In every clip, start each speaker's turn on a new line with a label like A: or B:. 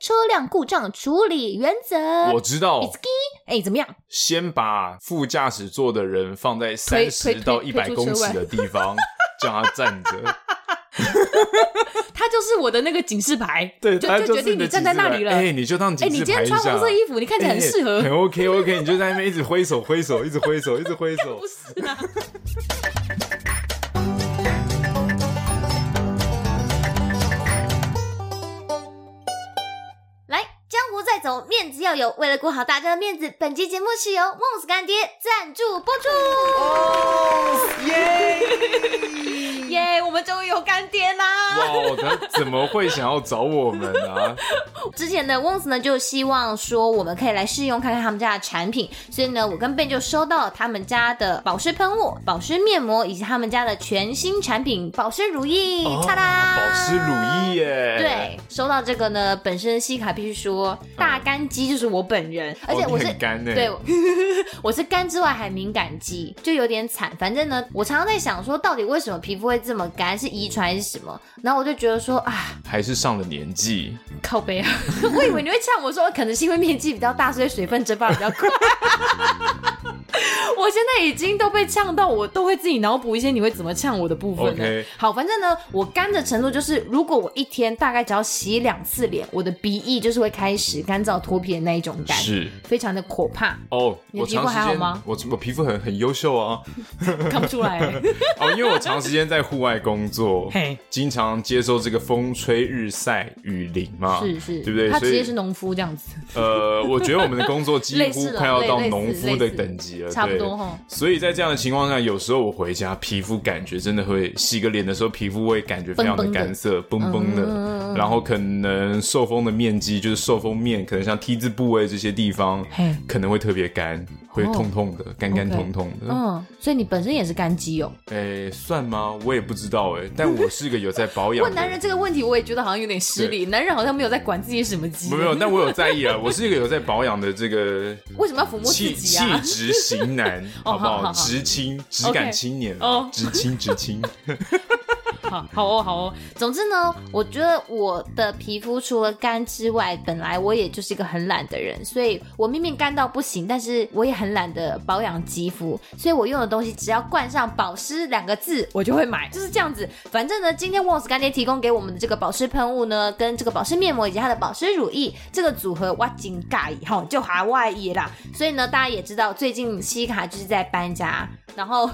A: 车辆故障处理原则。
B: 我知道，
A: 哎、怎么样？
B: 先把副驾驶座的人放在
C: 推
B: 三
C: 推
B: 十
C: 推
B: 到一
C: 推
B: 百
C: 出
B: 公
C: 车
B: 尺
C: 外
B: 的地 方，叫他站着。
C: 它就是我的那个警示牌，
B: 对，
C: 就
B: 他
C: 就是决定
B: 的
C: 你站
B: 警
C: 在
B: 示
C: 那
B: 牌
C: 里了。
B: 哎，你就当
C: 哎
B: 警
C: 你
B: 示
C: 今天
B: 牌一
C: 穿
B: 下。
C: 红色衣服，你看起来很
B: 哎
C: 适合。
B: 很 OK OK，你就在那边一直挥手挥手，一直挥手一直挥手
C: 不。是啊，
A: 来，江湖再走，面子要有。为了顾好大家的面子，本期节目是由梦死干爹赞助播出。
B: 耶！
C: 耶！我们终于有干爹啦！
B: 哇，他怎么会想要找我们啊？
A: 之前的 Wons 呢就希望说我们可以来试用看看他们家的产品，所以呢，我跟 Ben 就收到了他们家的保湿喷雾、保湿面膜以及他们家的全新产品保湿乳液，
B: 哦
A: 擦啦，
B: 保湿乳液。耶！
A: 对，收到这个呢，本身西卡必须说大干肌就是我本人，而且
B: 哦你
A: 我是
B: 很干欸
A: 对，我是干之外还敏感肌，就有点惨。反正呢，我常常在想说，到底为什么皮肤会这么干，是遗传还是什么？然后我就觉得说啊，
B: 还是上了年纪，
A: 靠背啊， 我以为你会呛我说，可能是因为面积比较大，所以水分蒸发比较快。
C: 我现在已经都被呛到，我都会自己脑补一些你会怎么呛我的部分呢。
B: OK
A: 好，反正呢，我干的程度就是，如果我一天大概只要洗两次脸，我的鼻翼就是会开始干燥脱皮的那一种感，
B: 是
A: 非常的可怕，
B: 哦。
C: 你
B: 我
C: 的皮肤
B: 长时
C: 还好
B: 间
C: 吗
B: 我我皮肤很很优秀啊。
C: 看不出来。
B: 哦，因为我长时间在户外工作
C: 嘿，
B: 经常接受这个风吹日晒雨淋嘛，
A: 是是，
B: 啊对不对？
C: 他
B: 所
C: 职业
B: 以
C: 是农夫这样子，
B: 呃，我觉得我们的工作 几
C: 类
B: 乎
C: 似了
B: 快要
C: 类
B: 到
C: 类似
B: 农夫
C: 类
B: 的
C: 似
B: 等级了，
C: 差不
B: 对
C: 多哈。
B: 所以在这样的情况下，有时候我回家，皮肤感觉真的会洗个脸的时候，皮肤会感觉非常的干涩，崩崩
C: 嗯
B: 的。然后可能受风的面积，就是受风面，可能像 T 字部位这些地方
C: 嘿，哦
B: 可能会特别干，会痛痛的，干干痛痛的。
A: 嗯，所以你本身也是干肌哦。
B: 哎，算吗？我也不知道哎，但我是个有在保养。
C: 问男人这个问 题，我也觉得好像有点失礼。男人好像没有在管自己什么肌，
B: 没有没有，但我有在意啊，我是一个有在保养的这个
C: 为什么要抚摸自
B: 气
C: 己
B: 气
C: 啊？哦
B: 质 型男，好不
C: 好好好
B: 好？直青，质感青年啊
C: 哦，
B: 直青 直青。
C: 好好哦，好哦，
A: 总之呢，我觉得我的皮肤除了干之外，本来我也就是一个很懒的人，所以我明明干到不行，但是我也很懒得保养肌肤，所以我用的东西只要冠上“保湿”两个字，我就会买，就是这样子。反正呢，今天 Wons 干爹提供给我们的这个保湿喷雾呢，跟这个保湿面膜以及它的保湿乳液这个组合，哇，金尬以后就海外也啦。所以呢，大家也知道，最近西卡就是在搬家，然后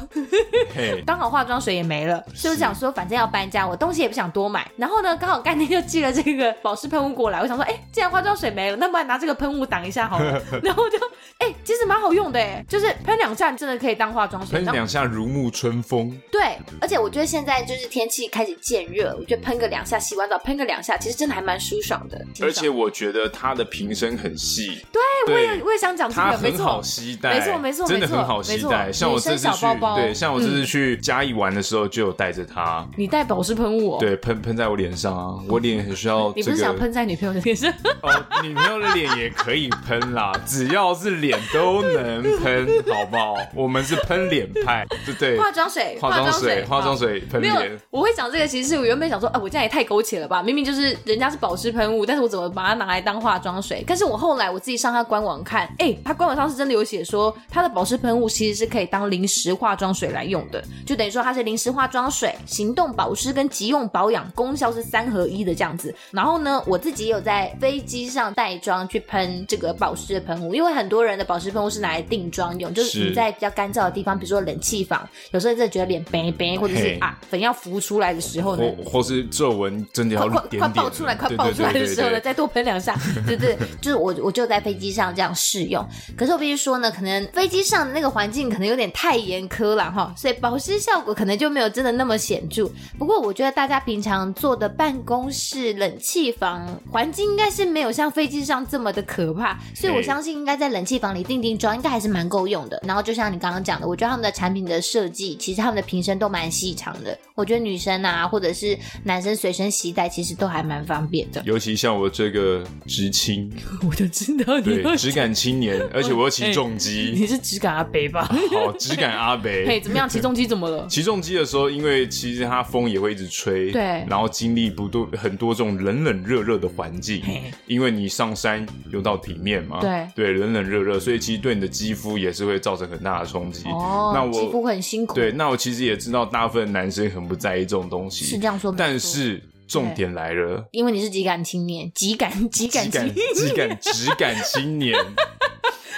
B: 嘿，
A: 刚好化妆水也没了，所以我
B: 是
A: 想说，反正要搬家，我东西也不想多买。然后呢，刚好干爹就寄了这个保湿喷雾过来，我想说，哎、既然化妆水没了，那不然拿这个喷雾挡一下好 了。然后我就，哎、其实蛮好用的，哎，就是喷两下，你真的可以当化妆水。
B: 喷
A: 然后
B: 两下嗯如沐春风，
A: 对，而且我觉得现在就是天气开始渐热，我觉得喷个两下，洗完澡喷个两下，其实真的还蛮舒爽的。
B: 而且我觉得它的瓶身很细，
C: 哎，我也我也想讲这
B: 它
C: 个，没
B: 很好
C: 错，
B: 携带，
C: 没错没错
B: 真的很好
C: 没
B: 携
C: 错
B: 带。
C: 没错
B: 像我这
C: 女
B: 次
C: 生
B: 去
C: 小包包，嗯
B: 对，像我这次去嘉义玩的时候就有带着它，
C: 你带保湿喷雾哦。
B: 对，喷喷在我脸上啊，我脸很需要
C: 你不
B: 这
C: 是想
B: 个。
C: 喷在女朋友的脸上？
B: 哦，女朋友的脸也可以喷啦，只要是脸都能喷，好不好？我们是喷脸派，对不对？
C: 化妆水，
B: 化妆水，
C: 水，
B: 化妆
C: 好。
B: 水喷
C: 没有
B: 脸。，
C: 我会讲这个，其实是我原本想说，哎、我这样也太苟且了吧！明明就是人家是保湿喷雾，但是我怎么把它拿来当化妆水？但是我后来我自己上它官网看，哎、它官网上是真的有写说，它的保湿喷雾其实是可以当临时化妆水来用的，就等于说它是临时化妆水，行动保湿跟急用保养功效是三合一的这样子。然后呢，我自己也有在飞机上带妆去喷这个保湿的喷雾，因为很多人的保湿喷雾是拿来定妆用，就是
B: 是
A: 你在比较干燥的地方，比如说冷气房，有时候你真的觉得脸白白，或者是
B: 嘿
A: 啊粉要浮出来的时候呢，
B: 或或是皱纹真的要
C: 快快
B: 点哦点
C: 快爆出来，快
B: 对
C: 爆
B: 对
C: 出来
B: 对
C: 的
B: 对
C: 时候呢，
B: 对
C: 再多喷两下。
A: 对对，就是我我就在飞机上这样试用。可是我必须说呢，可能飞机上的那个环境可能有点太严苛了哈，所以保湿效果可能就没有真的那么显著。不过我觉得大家平常坐的办公室、冷气房环境应该是没有像飞机上这么的可怕，所以我
B: 嘿
A: 相信应该在冷气房里定定妆应该还是蛮够用的。然后就像你刚刚讲的，我觉得他们的产品的设计，其实他们的瓶身都蛮细长的。我觉得女生啊，或者是男生随身携带，其实都还蛮方便的。
B: 尤其像我这个 直青，
C: 我就知道你
B: 对，
C: 要
B: 质感青年，而且我又骑重
C: 你
B: 机，
C: 是只敢阿北吧？
B: 好，质感阿北。
C: 哎嘿，怎么样？起重机怎么 了？
B: 起重机的时候，因为其实它风也会一直吹，
C: 对
B: 然后经历不多很多这种冷冷热热的环境，因为你上山游到体面嘛，
C: 对
B: 对，冷冷热热，所以其实对你的肌肤也是会造成很大的冲击。
A: 哦，
B: 那
A: 肌肤
B: 我
A: 很辛苦，
B: 对，那我其实也知道大部分男生很不在意这种东西，
A: 是这样说没错
B: 但是重点来了，
A: 因为你是极感青年，极 感极感
B: 质
A: 青
B: 感质感质感青年，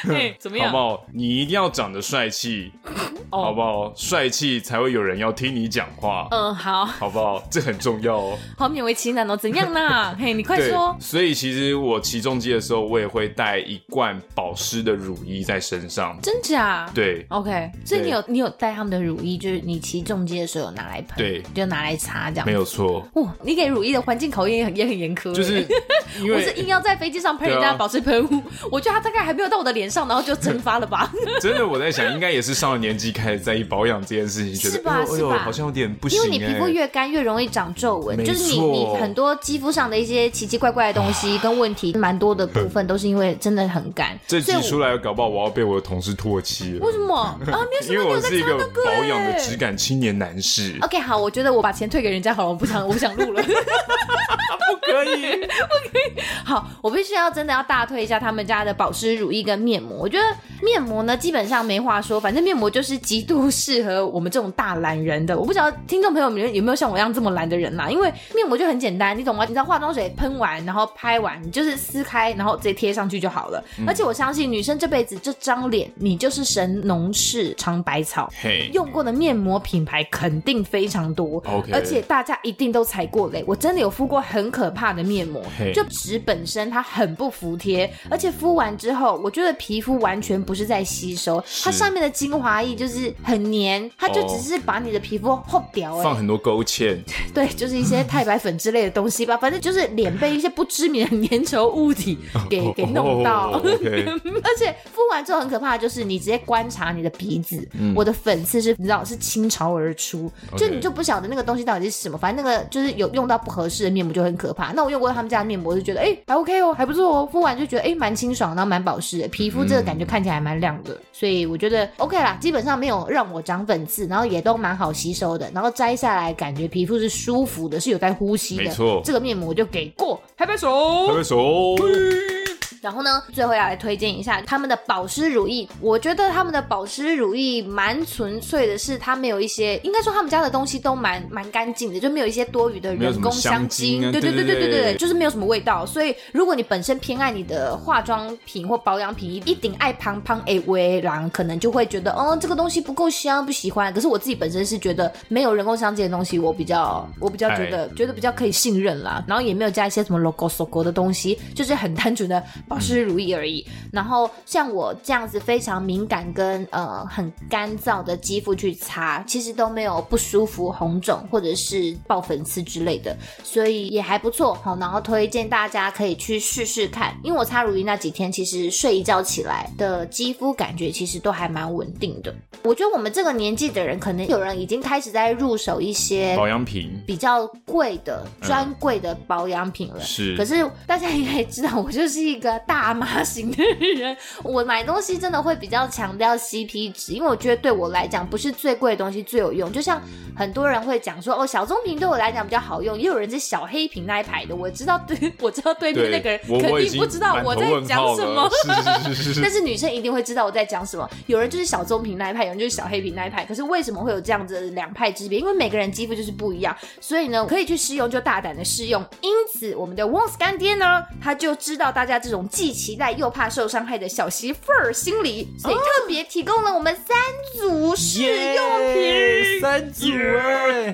C: 嘿， 怎么
B: 好
C: 样？
B: 不好？你一定要长得帅气，
C: 哦
B: 好不好？帅气才会有人要听你讲话，
C: 嗯，好，
B: 好不好？这很重要哦。
C: 好勉为其难哦，怎样 啦？嘿，你快
B: 对
C: 说，。
B: 所以其实我起重机的时候，我也会带一罐保湿的乳液在身上。
C: 真假？
B: 对，
C: ，OK，
A: 所以你
B: 对
A: 有你有带他们的乳液，就是你骑重机的时候有拿来喷，
B: 对
A: 就拿来擦这样。
B: 没有错，
C: 哇，你给乳液的环境考验也很也很严苛欸，
B: 就是因
C: 我是硬
B: 为
C: 要在飞机上喷人
B: 对
C: 家
B: 啊
C: 保湿喷雾，我觉得它大概还没有到我的脸上，然后就蒸发了吧。
B: 真的我在想，应该也是上了年纪开始在意保养这件事情，觉
A: 是
B: 得
A: 吧
B: 哎呦哎
A: 是
B: 呦
A: 吧
B: 好像有点不行
A: 因
B: 哎。
A: 为你皮肤越干越容易长皱纹，
B: 没
A: 就是你
B: 错
A: 你很多肌肤上的一些奇奇怪怪的东西 跟问题，蛮多的部分都是因为真的很干。
B: 这
A: 所以
B: 集
A: 我
B: 出来，搞不好我要被我的同事唾弃了
C: 为。什么 啊？没有什么，
B: 因为我是
C: 你
B: 一
C: 有
B: 个
C: 在擦那个
B: 保
C: 欸
B: 养的质感青年男士，
A: 啊
C: OK，好，我觉得我把钱退给人家好了，我不想，我不想录了。
B: 不可以。
C: 好，
A: 我必须要真的要大推一下他们家的保湿乳液跟面膜。我觉得面膜呢，基本上没话说，反正面膜就是极度适合我们这种大懒人的。我不知道听众朋友们有没有像我一样这么懒的人啦、因为面膜就很简单，你懂吗？你知道化妆水喷完，然后拍完，你就是撕开，然后直接贴上去就好了。而且我相信女生这辈子这张脸，你就是神农氏尝百草。
B: 嘿，
A: 用过的面膜品牌肯定非常多
B: OK
A: 而且大家一定都踩过雷。我真的有敷过很可怕的面膜
B: 嘿
A: 就纸本身它很不服帖，而且敷完之后，我觉得皮肤完全不是在吸收，它上面的精华液就是很黏，它就
B: 哦
A: 只是把你的皮肤厚掉哎、
B: 放很多勾芡，
A: 对，就是一些太白粉之类的东西吧，反正就是脸被一些不知名的粘稠物体 给给弄到。
B: 哦 OK
A: 而且敷完之后很可怕的就是，你直接观察你的鼻子，我的粉刺是你知道是倾巢而出，就
B: 嗯 OK
A: 你就不晓得那个东西到底是什么，反正那个就是有用到不合适的面膜就很可怕。那我用过他们家的面膜，就觉得哎、还 OK 哦，还不错哦，敷完就觉得哎蛮、清爽，然后蛮保湿的，皮肤这个感觉
B: 嗯
A: 看起来还蛮亮的，所以我觉得 OK 啦，基本上没有让我长粉刺，然后也都蛮好吸收的，然后摘下来感觉皮肤是舒服的，是有在呼吸的，
B: 没错
A: 这个面膜我就给过。
C: 拍拍
B: 拍
C: 手。
B: 拍手。
A: 然后呢，最后要来推荐一下他们的保湿乳液。我觉得他们的保湿乳液蛮纯粹的，是它没有一些，应该说他们家的东西都蛮蛮干净的，就没有一些多余的
B: 没有
A: 人
B: 什么
A: 工
B: 香
A: 精。
B: 精啊
A: 对对
B: 对
A: 对
B: 对
A: 对
B: 对
A: 对，就是没有什么味道。所以如果你本身偏爱你的化妆品或保养品，一顶爱胖胖哎微狼，可能就会觉得，哦，这个东西不够香，不喜欢。可是我自己本身是觉得没有人工香精的东西，我比较我比较觉得觉得比较可以信任啦，然后也没有加一些什么 logo、logo 的东西，就是很单纯的保湿乳液而已。然后像我这样子非常敏感跟呃很干燥的肌肤去擦，其实都没有不舒服、红肿或者是爆粉刺之类的，所以也还不错好，然后推荐大家可以去试试看，因为我擦乳液那几天，其实睡一觉起来的肌肤感觉其实都还蛮稳定的。我觉得我们这个年纪的人，可能有人已经开始在入手一些
B: 保养嗯品
A: 比较贵的、专柜的保养品了。
B: 是
A: 可是大家应该也知道，我就是一个大妈型的人，我买东西真的会比较强调 CP 值，因为我觉得对我来讲，不是最贵的东西最有用。就像很多人会讲说，哦，小棕瓶对我来讲比较好用，也有人是小黑瓶那一排的。我知道对，我知道对面
B: 对，
A: 那个人
B: 我我
A: 肯
B: 已
A: 定
B: 经
A: 不知道
B: 满
A: 我
B: 头
A: 在
B: 问
A: 讲
B: 号
A: 什
B: 了
A: 么。
B: 是是是是
A: 但
B: 是，
A: 是女生一定会知道我在讲什么。有人就是小棕瓶那一派，有人就是小黑瓶那一派。可是为什么会有这样子的两派之别？因为每个人肌肤就是不一样，所以呢，可以去试用就大胆的试用。因此，我们的 Wons 干爹呢，他就知道大家这种既期待又怕受伤害的小媳妇儿心理，所以特别提供了我们三组试用品。
B: 三 组哎，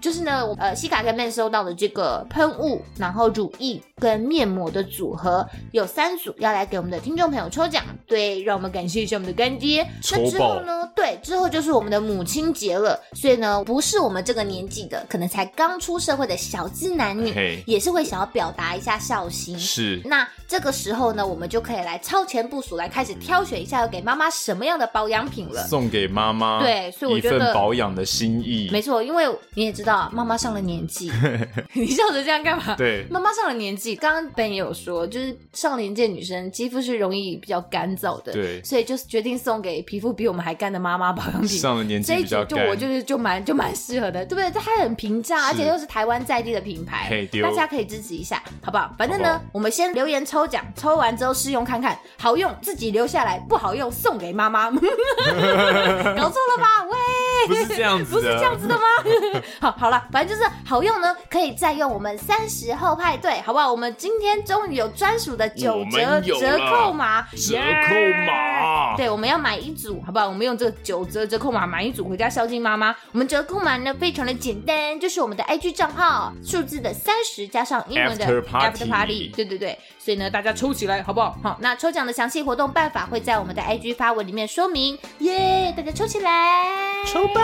A: 就是呢，我呃，西卡跟 Man 收到的这个喷雾，然后乳液跟面膜的组合有三组要来给我们的听众朋友抽奖。对，让我们感谢一下我们的干爹。那
B: 抽
A: 之
B: 爆
A: 后呢？对，之后就是我们的母亲节了，所以呢，不是我们这个年纪的，可能才刚出社会的小资男女
B: 嘿，
A: 也是会想要表达一下孝心。
B: 是
A: 那这个
D: 时候呢，我们就可以来超前部署，来开始挑选一下要给妈妈什么样的保养品了。
B: 送给妈妈，
D: 对所以我
B: 一
D: 觉得
B: 份保养的心意，
D: 没错，因
A: 哦
D: 为你也知道，妈妈上了年纪，
C: 你笑着这样干嘛？
B: 对，
D: 妈妈上了年纪，刚
C: 刚刚 Ben 也有说，就是上年纪的女生肌肤是容易比较干燥的，
B: 对
C: 所以就是决定送给皮肤比我们还干的妈妈保养品。
B: 上了年纪
C: 这一
B: 比
C: 组
B: 较
C: 就
B: 干，
C: 我就是就蛮就蛮适合的，对不对？它很平价，而且又是台湾在地的品牌
B: 嘿，丢
C: 大家可以支持一下，好不好？反正呢，
B: 好不
C: 我们先留言抽奖，抽完之后试用看看，好用自己留下来，不好用送给妈妈。 搞错了吧？喂，
B: 不是这样子的，
C: 不是这样子的
B: 啊
C: 吗？ 好，好了，反正就是好用呢，可以再用我们三十后派对，好不好？我们今天终于有专属的九
B: 我
C: 折
B: 们有
C: 折
B: 了
C: 扣码，
B: 折
C: 耶
B: 扣码
C: 对，我们要买一组，好不好？我们用这个九折折扣码买一组回家孝敬妈妈。我们折扣码呢非常的简单，就是我们的 IG 账号数字的三十加上英文的
B: After party
C: party，对对对，所以呢大家抽起来好不好？好，那抽奖的详细活动办法会在我们的 IG 发文里面说明，耶，大家抽起来，
B: 抽吧。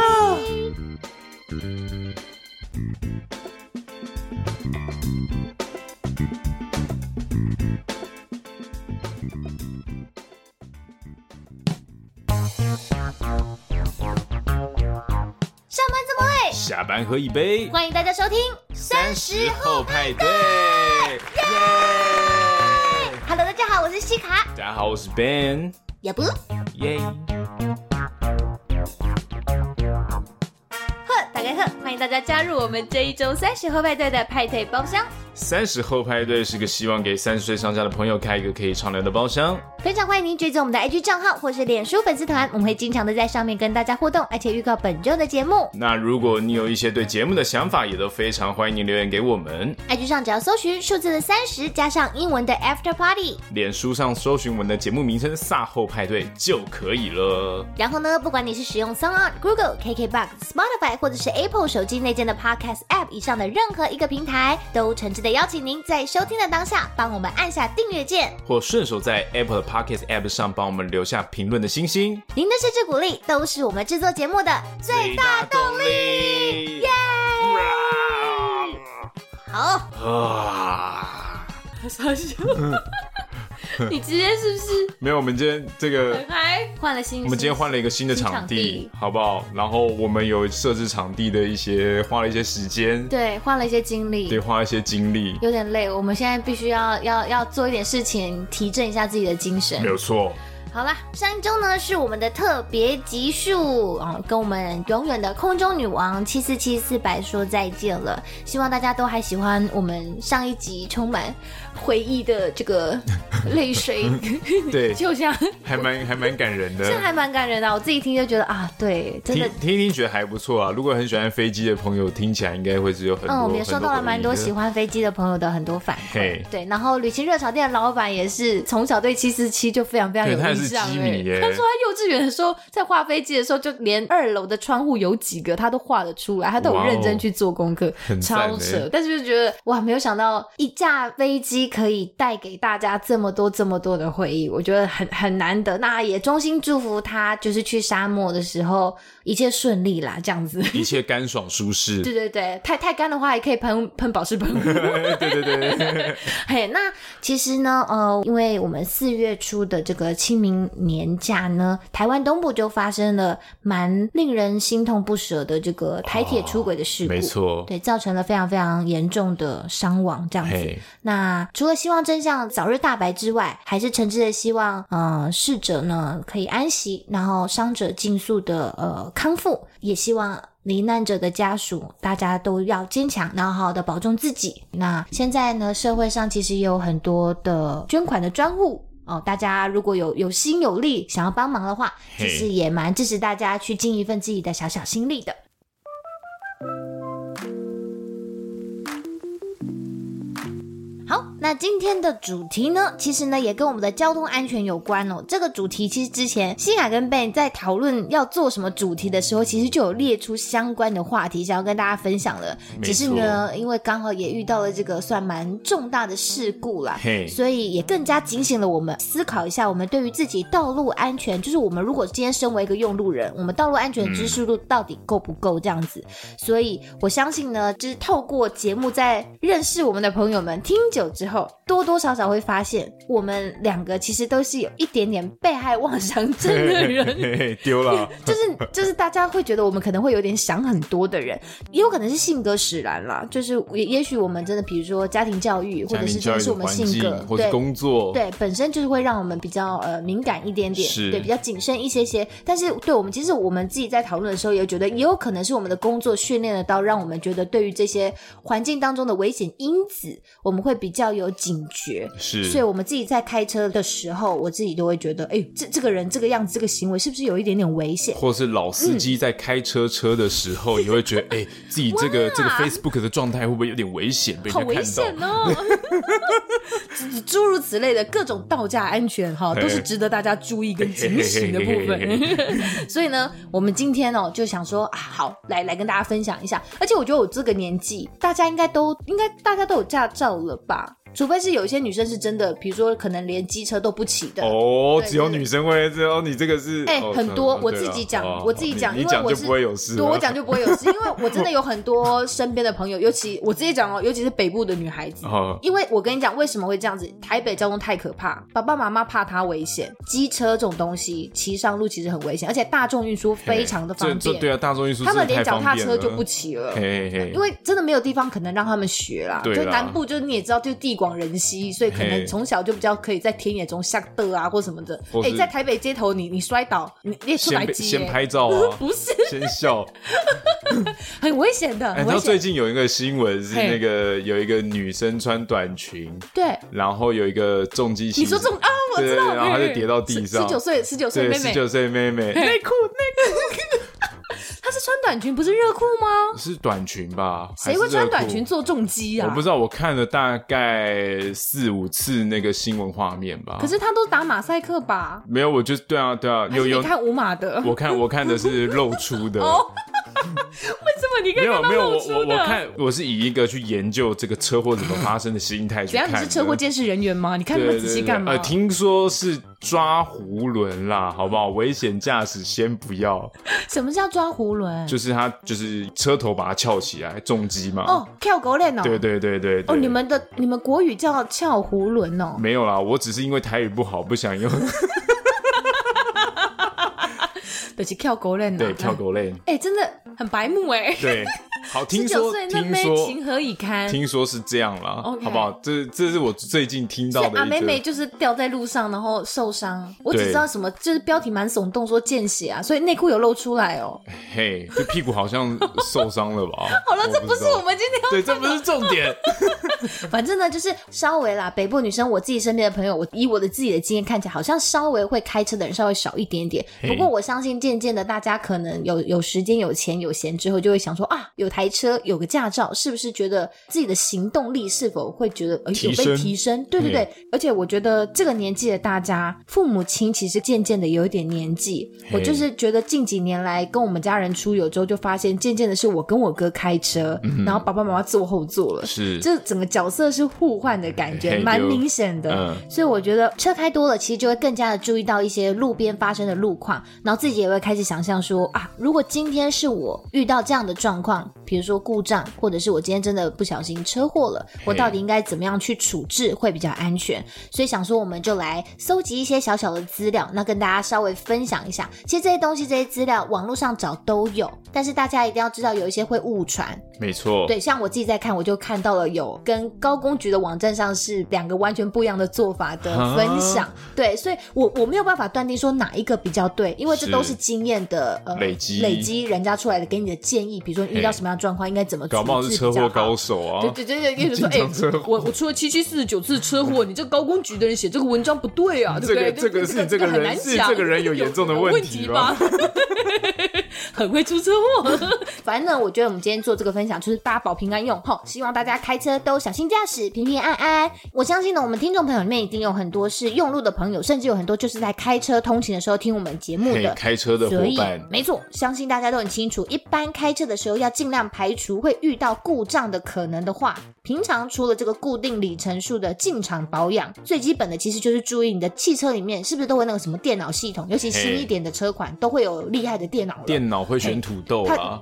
C: 上班怎么会？
B: 下班喝一杯，
C: 欢迎大家收听三十
B: 后派对，耶！
C: Hello，大家好，我是西卡，
B: 大家好，我是 Ben，
C: 也不
B: 耶！
C: 呵，打开呵，欢迎大家加入我们这一周三十后派对的派对包厢，
B: 三十后派对是个希望给三十岁上下的朋友开一个可以畅聊的包厢。
C: 非常欢迎您追踪我们的 IG 账号或是脸书粉丝 团，我们会经常的在上面跟大家互动，而且预告本周的节目。
B: 那如果你有一些对节目的想法，也都非常欢迎你留言给我们。
C: IG 上只要搜寻数字的三十加上英文的 After Party，
B: 脸书上搜寻我们的节目名称“撒后派对”就可以了。
C: 然后呢，不管你是使用 s o n g Google、KKBox、Spotify 或者是 Apple 手机内建的 Podcast App 以上的任何一个平台，都诚挚的邀请您在收听的当下，帮我们按下订阅键。
B: 或顺手在 Apple 的 Pocket App 上帮我们留下评论的星星，
C: 您的支持鼓励都是我们制作节目的最大动力。
B: 力！耶！
C: 好，
B: 啊！
C: 傻笑，
B: 嗯
C: 你今天是不是
B: 没有，我们今天这个，
C: 还换了新？
B: 我们今天换了一个新的场
D: 新
B: 地
D: 场，
B: 好不好？然后我们有设置场地的一些，花了一些时间，
D: 对花了一些精力，
B: 对，花了一些精力，
D: 有点累，我们现在必须要呃要要做一点事情，提振一下自己的精神
B: 没。有错。
D: 好啦，
C: 上一周呢是我们的特别集数啊、哦跟我们永远的空中女王七四七四白说再见了。希望大家都还喜欢我们上一集充满回忆的这个 泪水，
B: 对，
C: 就像
B: 还蛮还蛮感人
C: 这
B: 的。
C: 还蛮感人的啊。我自己听就觉得啊，对，真
B: 听
C: 的，
B: 听一听觉得还不错啊，如果很喜欢飞机的朋友，听起来应该会是有很多。
C: 嗯，我们也收到了蛮多喜
B: 欢。
C: 欢飞机的朋友的很多反馈
B: 嘿。
C: 对，然后旅行热潮店的老板也是从小对七四七就非常非常有
B: 对，他也
C: 印
B: 是
C: 象
B: 基
C: 哎
B: 米。耶
C: 他。说他幼稚园的时候在画飞机的时候，就连二楼的窗户有几个他都画得出来，他都有
B: 哇哦
C: 认真去做功课，
B: 很赞
C: 超
B: 欸
C: 扯。但是就觉得哇，没有想到一架飞机可以带给大家这么多这么多的回忆，我觉得很很难得。那也衷心祝福他，就是去沙漠的时候一切顺利啦，这样子。
B: 一切干爽舒适。
C: 对对对，太太干的话也可以喷喷保湿喷雾。
B: 对对对对，
C: 嘿，那其实呢，呃，因为我们四月初的这个清明年假呢，台湾东部就发生了蛮令人心痛不舍的这个台铁出轨的事故，
B: 哦没，错。
C: 对，造成了非常非常严重的伤亡，这样子。
B: 嘿，
C: 那除了希望真相早日大白之外，还是诚挚的希望，呃，逝者呢可以安息，然后伤者尽速的呃康复，也希望。罹难者的家属，大家都要坚强，然后好好的保重自己。那现在呢，社会上其实也有很多的捐款的专户哦，大家如果有有心有力想要帮忙的话，其
B: 嘿
C: 实也蛮支持大家去尽一份自己的小小心力的。好，那今天的主题呢，其实呢也跟我们的交通安全有关哦。这个主题其实之前西卡跟 Ben 在讨论要做什么主题的时候，其实就有列出相关的话题想要跟大家分享了。
B: 没
C: 只
B: 错
C: 是呢，因为刚好也遇到了这个算蛮重大的事故啦，
B: 嘿
C: 所以也更加警醒了我们思考一下，我们对于自己道路安全，就是我们如果今天身为一个用路人，我们道路安全的
B: 嗯
C: 知识度到底够不够这样子？所以我相信呢，就是透过节目在认识我们的朋友们，听久之后，候，多多少少会发现我们两个其实都是有一点点被害妄想症的人。
B: 嘿嘿 丢了，
C: 就是就是大家会觉得我们可能会有点想很多的人，也有可能是性格使然啦。就是也也许我们真的，比如说家庭教育，或
B: 家
C: 者是
B: 庭
C: 真
B: 教
C: 的
B: 育
C: 是
B: 的
C: 我们
B: 环
C: 性格
B: 境或
C: 对
B: 是工作，
C: 对，本身就是会让我们比较呃敏感一点点，
B: 是
C: 对，比较谨慎一些些。但是对我们，其实我们自己在讨论的时候，也觉得也有可能是我们的工作训练得到，让我们觉得对于这些环境当中的危险因子，我们会比较有警觉。
B: 是，
C: 所以，我们自己在开车的时候，我自己都会觉得，哎，这这个人这个样子，这个行为是不是有一点点危险？
B: 或是老
C: 嗯
B: 司机在开车车的时候，也会觉得，哎、自己这个这个 Facebook 的状态会不会有点危险，被人
C: 好
B: 家
C: 危
B: 看到
C: 险？哦！ 诸如此类的各种道驾安全哈，都是值得大家注意跟警醒的部
B: 嘿嘿
C: 分。 所以呢，我们今天哦就想说啊，好来来跟大家分享一下。而且我觉得我这个年纪，大家应该都应该大家都有驾照了吧？除非是有一些女生是真的，比如说可能连机车都不骑的。
B: 哦，
C: 对
B: 只有
C: 对
B: 女生会，只有你这个是，
C: 哎、
B: 哦
C: 很多
B: 嗯，
C: 我
B: 对
C: 自
B: 了
C: 己讲，
B: 哦
C: 我自己
B: 你
C: 讲，
B: 你
C: 因为
B: 讲
C: 我
B: 就是不会有事
C: 对，
B: 了，
C: 我讲就不会有事，因为我真的有很多身边的朋 友，尤其我直接讲哦，尤其是北部的女孩子，
B: 哦，
C: 因为我跟你讲，为什么会这样子？台北交通太可怕，爸爸妈妈怕它危险，机车这种东西骑上路其实很危险，而且大众运输 非常的
B: 这
C: 方
B: 这
C: 便，
B: 对啊，大众运输
C: 他们
B: 真的
C: 连
B: 太
C: 脚
B: 方
C: 踏
B: 便
C: 车就
B: 了
C: 不骑了。
B: 嘿嘿，
C: 因为真的没有地方可能让他们学啦，
B: 对啦
C: 就南部就是你也知道，就地广人稀，所以可能
B: 嘿
C: 从小就比较可以在田野中下的啊或什么的。
B: 或
C: 哎、
B: 是
C: 在台北街头你你摔倒，你你也出来
B: 先被
C: 接，。
B: 先拍照啊
C: 不是
B: 先笑，
C: 很危险的，
B: 哎，
C: 很
B: 你知
C: 危
B: 道最
C: 险。
B: 近有一个新闻是
C: 嘿
B: 那个有一个女生穿短裙，
C: 对，
B: 然后有一个重击
C: 你
B: 新，
C: 说这种啊，我
B: 对
C: 知
B: 对
C: 道，
B: 对然后她
C: 对
B: 就跌到地上，
C: 十九岁，十九岁
B: 对，
C: 妹
B: 十
C: 妹，
B: 九岁妹 妹，
C: 内裤内裤， 她是穿短裙不是热裤吗？
B: 是短裙吧？
C: 谁会穿短
B: 还是热
C: 裙
B: 裤？
C: 做重击啊？
B: 我不知道，我看了大概四五次那个新闻画面吧。
C: 可是她都打马赛克吧？
B: 没有，我就对啊，对啊，
C: 还
B: 有
C: 是
B: 有
C: 你，看五马的，
B: 我看我看的是露出的。
C: 哦为什么你可
B: 没
C: 以
B: 有
C: 看到
B: 没有，
C: 露
B: 我
C: 出
B: 我我
C: 的？
B: 看我是以一个去研究这个车祸怎么发生的心态去
C: 怎
B: 看
C: 样？你
B: 的。
C: 是车祸监视人员吗？你看那么
B: 对
C: 仔
B: 对
C: 细
B: 对，
C: 干嘛？
B: 呃，听说是抓囫囵啦，好不好？危险驾驶先不要，
C: 什么叫抓囫囵？
B: 呃就是他就是车头把它翘起来，重击嘛。
C: 哦，跳狗链哦。
B: 对对对对对。
C: 哦，你们的你们国语叫翘囫囵哦。
B: 没有啦，我只是因为台语不好，不想用
C: 就是跳狗链啊。
B: 对跳。狗链。
C: 哎，真的很白目哎。
B: 对，好，听
C: 九
B: 说
C: 岁那
B: 听
C: 妹
B: 说
C: 情何以堪？
B: 听说是这样啦
C: OK
B: 好不好？这这是我最近听到的一个。
C: 阿美美哦就是啊掉在路上，然后受伤。我只
B: 对
C: 知道什么，就是标题蛮耸动，说见血啊，所以内裤有露出来哦。
B: 嘿，这屁股好像受伤了吧？
C: 好了，
B: 我
C: 这不
B: 知
C: 是
B: 道
C: 我们今天要
B: 对，这不是重 点。
C: 反正呢，就是稍微啦，北部女生，我自己身边的朋友，我以我的自己的经验看起来，好像稍微会开车的人稍微少一点点。
B: 嘿
C: 不过我相信，渐渐的，大家可能有有时间、有钱、有闲之后，就会想说啊，有台车，有个驾照，是不是觉得自己的行动力是否会觉得、呃、有
B: 提
C: 被
B: 升嗯
C: 提升？对对对。而且我觉得这个年纪的大家，父母亲其实渐渐的有一点年纪。
B: 嘿
C: 我就是觉得近几年来跟我们家人出游之后，就发现渐渐的是我跟我哥开车，然后爸爸妈妈坐后座了。
B: 嗯是
C: 这整个角色是互换的感
B: 嘿
C: 觉，
B: 嘿
C: 蛮
B: 就
C: 明显的。
B: 嗯
C: 所以我觉得车开多了，其实就会更加的注意到一些路边发生的路况，然后自己也会开始想象说啊，如果今天是我遇到这样的状况，比如说故障，或者是我今天真的不小心车祸了，我到底应该怎么样去处置会比较安全？所以想说，我们就来搜集一些小小的资料，那跟大家稍微分享一下。其实这些东西、这些资料，网络上找都有，但是大家一定要知道，有一些会误传，
B: 没错，
C: 对，像我自己在看，我就看到了有跟高公局的网站上是两个完全不一样的做法的
B: 啊
C: 分享，对，所以我我没有办法断定说哪一个比较对，因为这
B: 是
C: 都是经验的呃
B: 累积
C: 累积人家出来的给你的建议，比如说你遇到
B: 嘿
C: 什么样的状况应该怎么处
B: 搞不好
C: 置
B: 是
C: 比
B: 车
C: 较
B: 祸
C: 好
B: 高手啊。
E: 对对对，跟你说，哎、
B: 经常车祸
E: 我我出了七七四十九次车祸，你这高公局的人写这个文章不对啊，对不对？
B: 这个这个是
E: 这
B: 这个
E: 很
B: 人
E: 难
B: 是
E: 讲
B: 这个人有严重的
E: 有
B: 问
E: 问
B: 题
E: 吧？ 很会出车祸，
C: 反正呢，我觉得我们今天做这个分享就是大家保平安用吼，希望大家开车都小心驾驶，平平安安。我相信呢，我们听众朋友里面一定有很多是用路的朋友，甚至有很多就是在开车通勤的时候听我们节目
B: 嘿
C: 的，。
B: 开车的伙
C: 所以
B: 伴，
C: 没错，相信大家都很清楚。一般开车的时候要尽量排除会遇到故障的可能的话，平常除了这个固定里程数的进场保养，最基本的其实就是注意你的汽车里面是不是都会那个什么电脑系统，尤其新一点的车款都会有厉害的电脑了。
B: 电脑会选土豆 啊，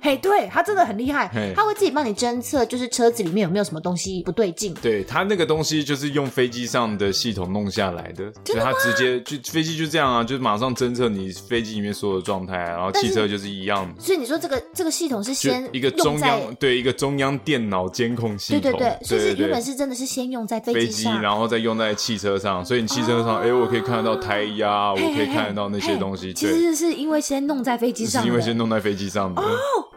A: 嘿，对他真的很厉害
B: 嘿，
A: 他会自己帮你侦测，就是车子里面有没有什么东西不对劲。
B: 对他那个东西就是用飞机上的系统弄下来的，所以他直接就飞机就这样啊，就是马上侦测你飞机里面所有的状态啊，然后
A: 但是
B: 汽车就是一样，
A: 所以你说这个这个系统是
B: 就
A: 先
B: 一个
A: 用
B: 中
A: 在
B: 央对一个中央电脑监控系
A: 对对
B: 统，
A: 对，所以是
B: 对
A: 原本是真的是先用在飞
B: 飞
A: 机
B: 机，
A: 上，
B: 然后再用在汽车上，所以你汽车上，哎、我可以看得到胎压，我可以看得到那些东西，
A: 其
B: 对，
A: 实是因为先弄在飞机
B: 是
A: 上的，
B: 因为先弄在飞机上的，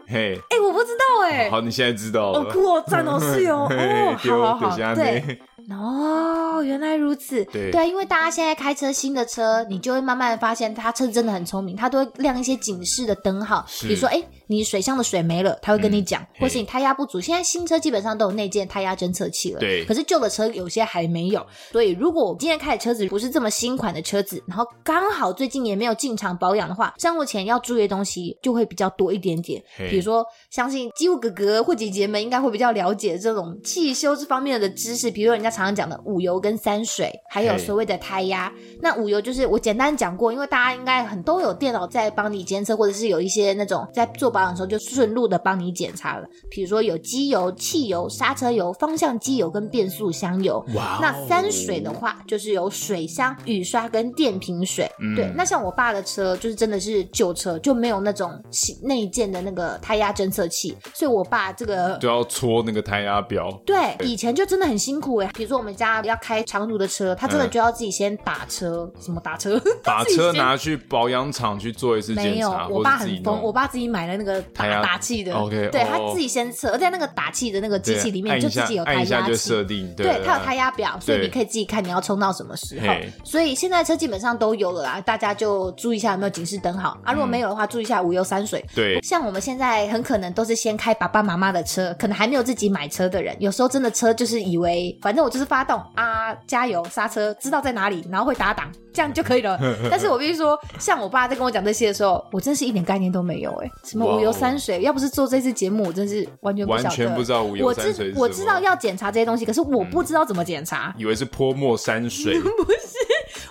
B: 嘿，
C: 哎、我不知道哎、
B: 好，你现在知道
A: 哦
B: 了，
A: 酷哦，赞哦，是 哦，哦，
B: 丢
A: 好好
B: 丢
A: 好，
B: 下
A: 对，
B: 面，
A: 哦，原来如此。
B: 对
A: 啊因为大家现在开车新的车，你就会慢慢地发现，它车子真的很聪明，它都会亮一些警示的灯号，
B: 是嗯
A: 比如说，哎，你水箱的水没了，它会跟你讲，
B: 嘿
A: 或是你胎压不足。现在新车基本上都有内建胎压侦测器了，
B: 对
A: 可是旧的车有些还没有，所以如果我今天开的车子不是这么新款的车子，然后刚好最近也没有进厂保养的话，上路前要注意的东西就会比较多一点点。
B: 嘿
A: 比如说，相信机务哥哥或姐姐们应该会比较了解这种汽修这方面的知识，比如人家常常讲的五油跟三水，还有
B: 嘿
A: 所谓的胎压。那五油就是我简单讲过，因为大家应该很都有电脑在帮你监测，或者是有一些那种在做保养的时候就顺路的帮你检查了。比如说有机油、汽油、刹车油、方向机油跟变速箱油。
B: 哇哦
A: 那三水的话，就是有水箱、雨刷跟电瓶水。
B: 嗯
A: 对，那像我爸的车就是真的是旧车，就没有那种系内建的那个胎压侦测器，所以我爸这个
B: 就要戳那个胎压表，
A: 对，以前就真的很辛苦哎、比如说我们家要开长途的车，他真的
B: 嗯
A: 就要自己先打车，什么打 车？
B: 把车
A: 先
B: 拿去保养厂去做一次
A: 没
B: 检
A: 有
B: 查，，
A: 我
B: 或
A: 爸
B: 者自己
A: 很疯，
B: 弄。
A: 我爸自己买了那个
B: 胎
A: 打
B: 压
A: 打气的
B: OK，
A: 对他
B: 哦
A: 自己先测，而在那个打气的那个机器里面
B: 对
A: 就
B: 按一下
A: 自己有胎
B: 按一下
A: 压
B: 就
A: 器
B: 设。定，
A: 对，它有
B: 啊
A: 胎压表，所以
B: 对
A: 你可以自己看你要冲到什么时候
B: 嘿。
A: 所以现在车基本上都有了啦，大家就注意一下有没有警示灯号啊。如果没有的话，注意一下五油三水。
B: 嗯对，
A: 像我们现在很可能都是先开爸爸妈妈的车，可能还没有自己买车的人，有时候真的车就是以为反正我就是发动啊，加油刹车，知道在哪里，然后会打档，这样就可 以了。但是我必须说，像我爸在跟我讲这些的时候，我真是一点概念都没有哎、什么
B: 哇哦
A: 五油三水，要不是做这次节目，我真是完全不
B: 完
A: 晓得。
B: 全不知道无油
A: 我
B: 山水
A: 知
B: 是
A: 我
B: 什
A: 知
B: 么嗯
A: 道要检查这些东西，可是我不知道怎么检查。
B: 以为是泼墨山水，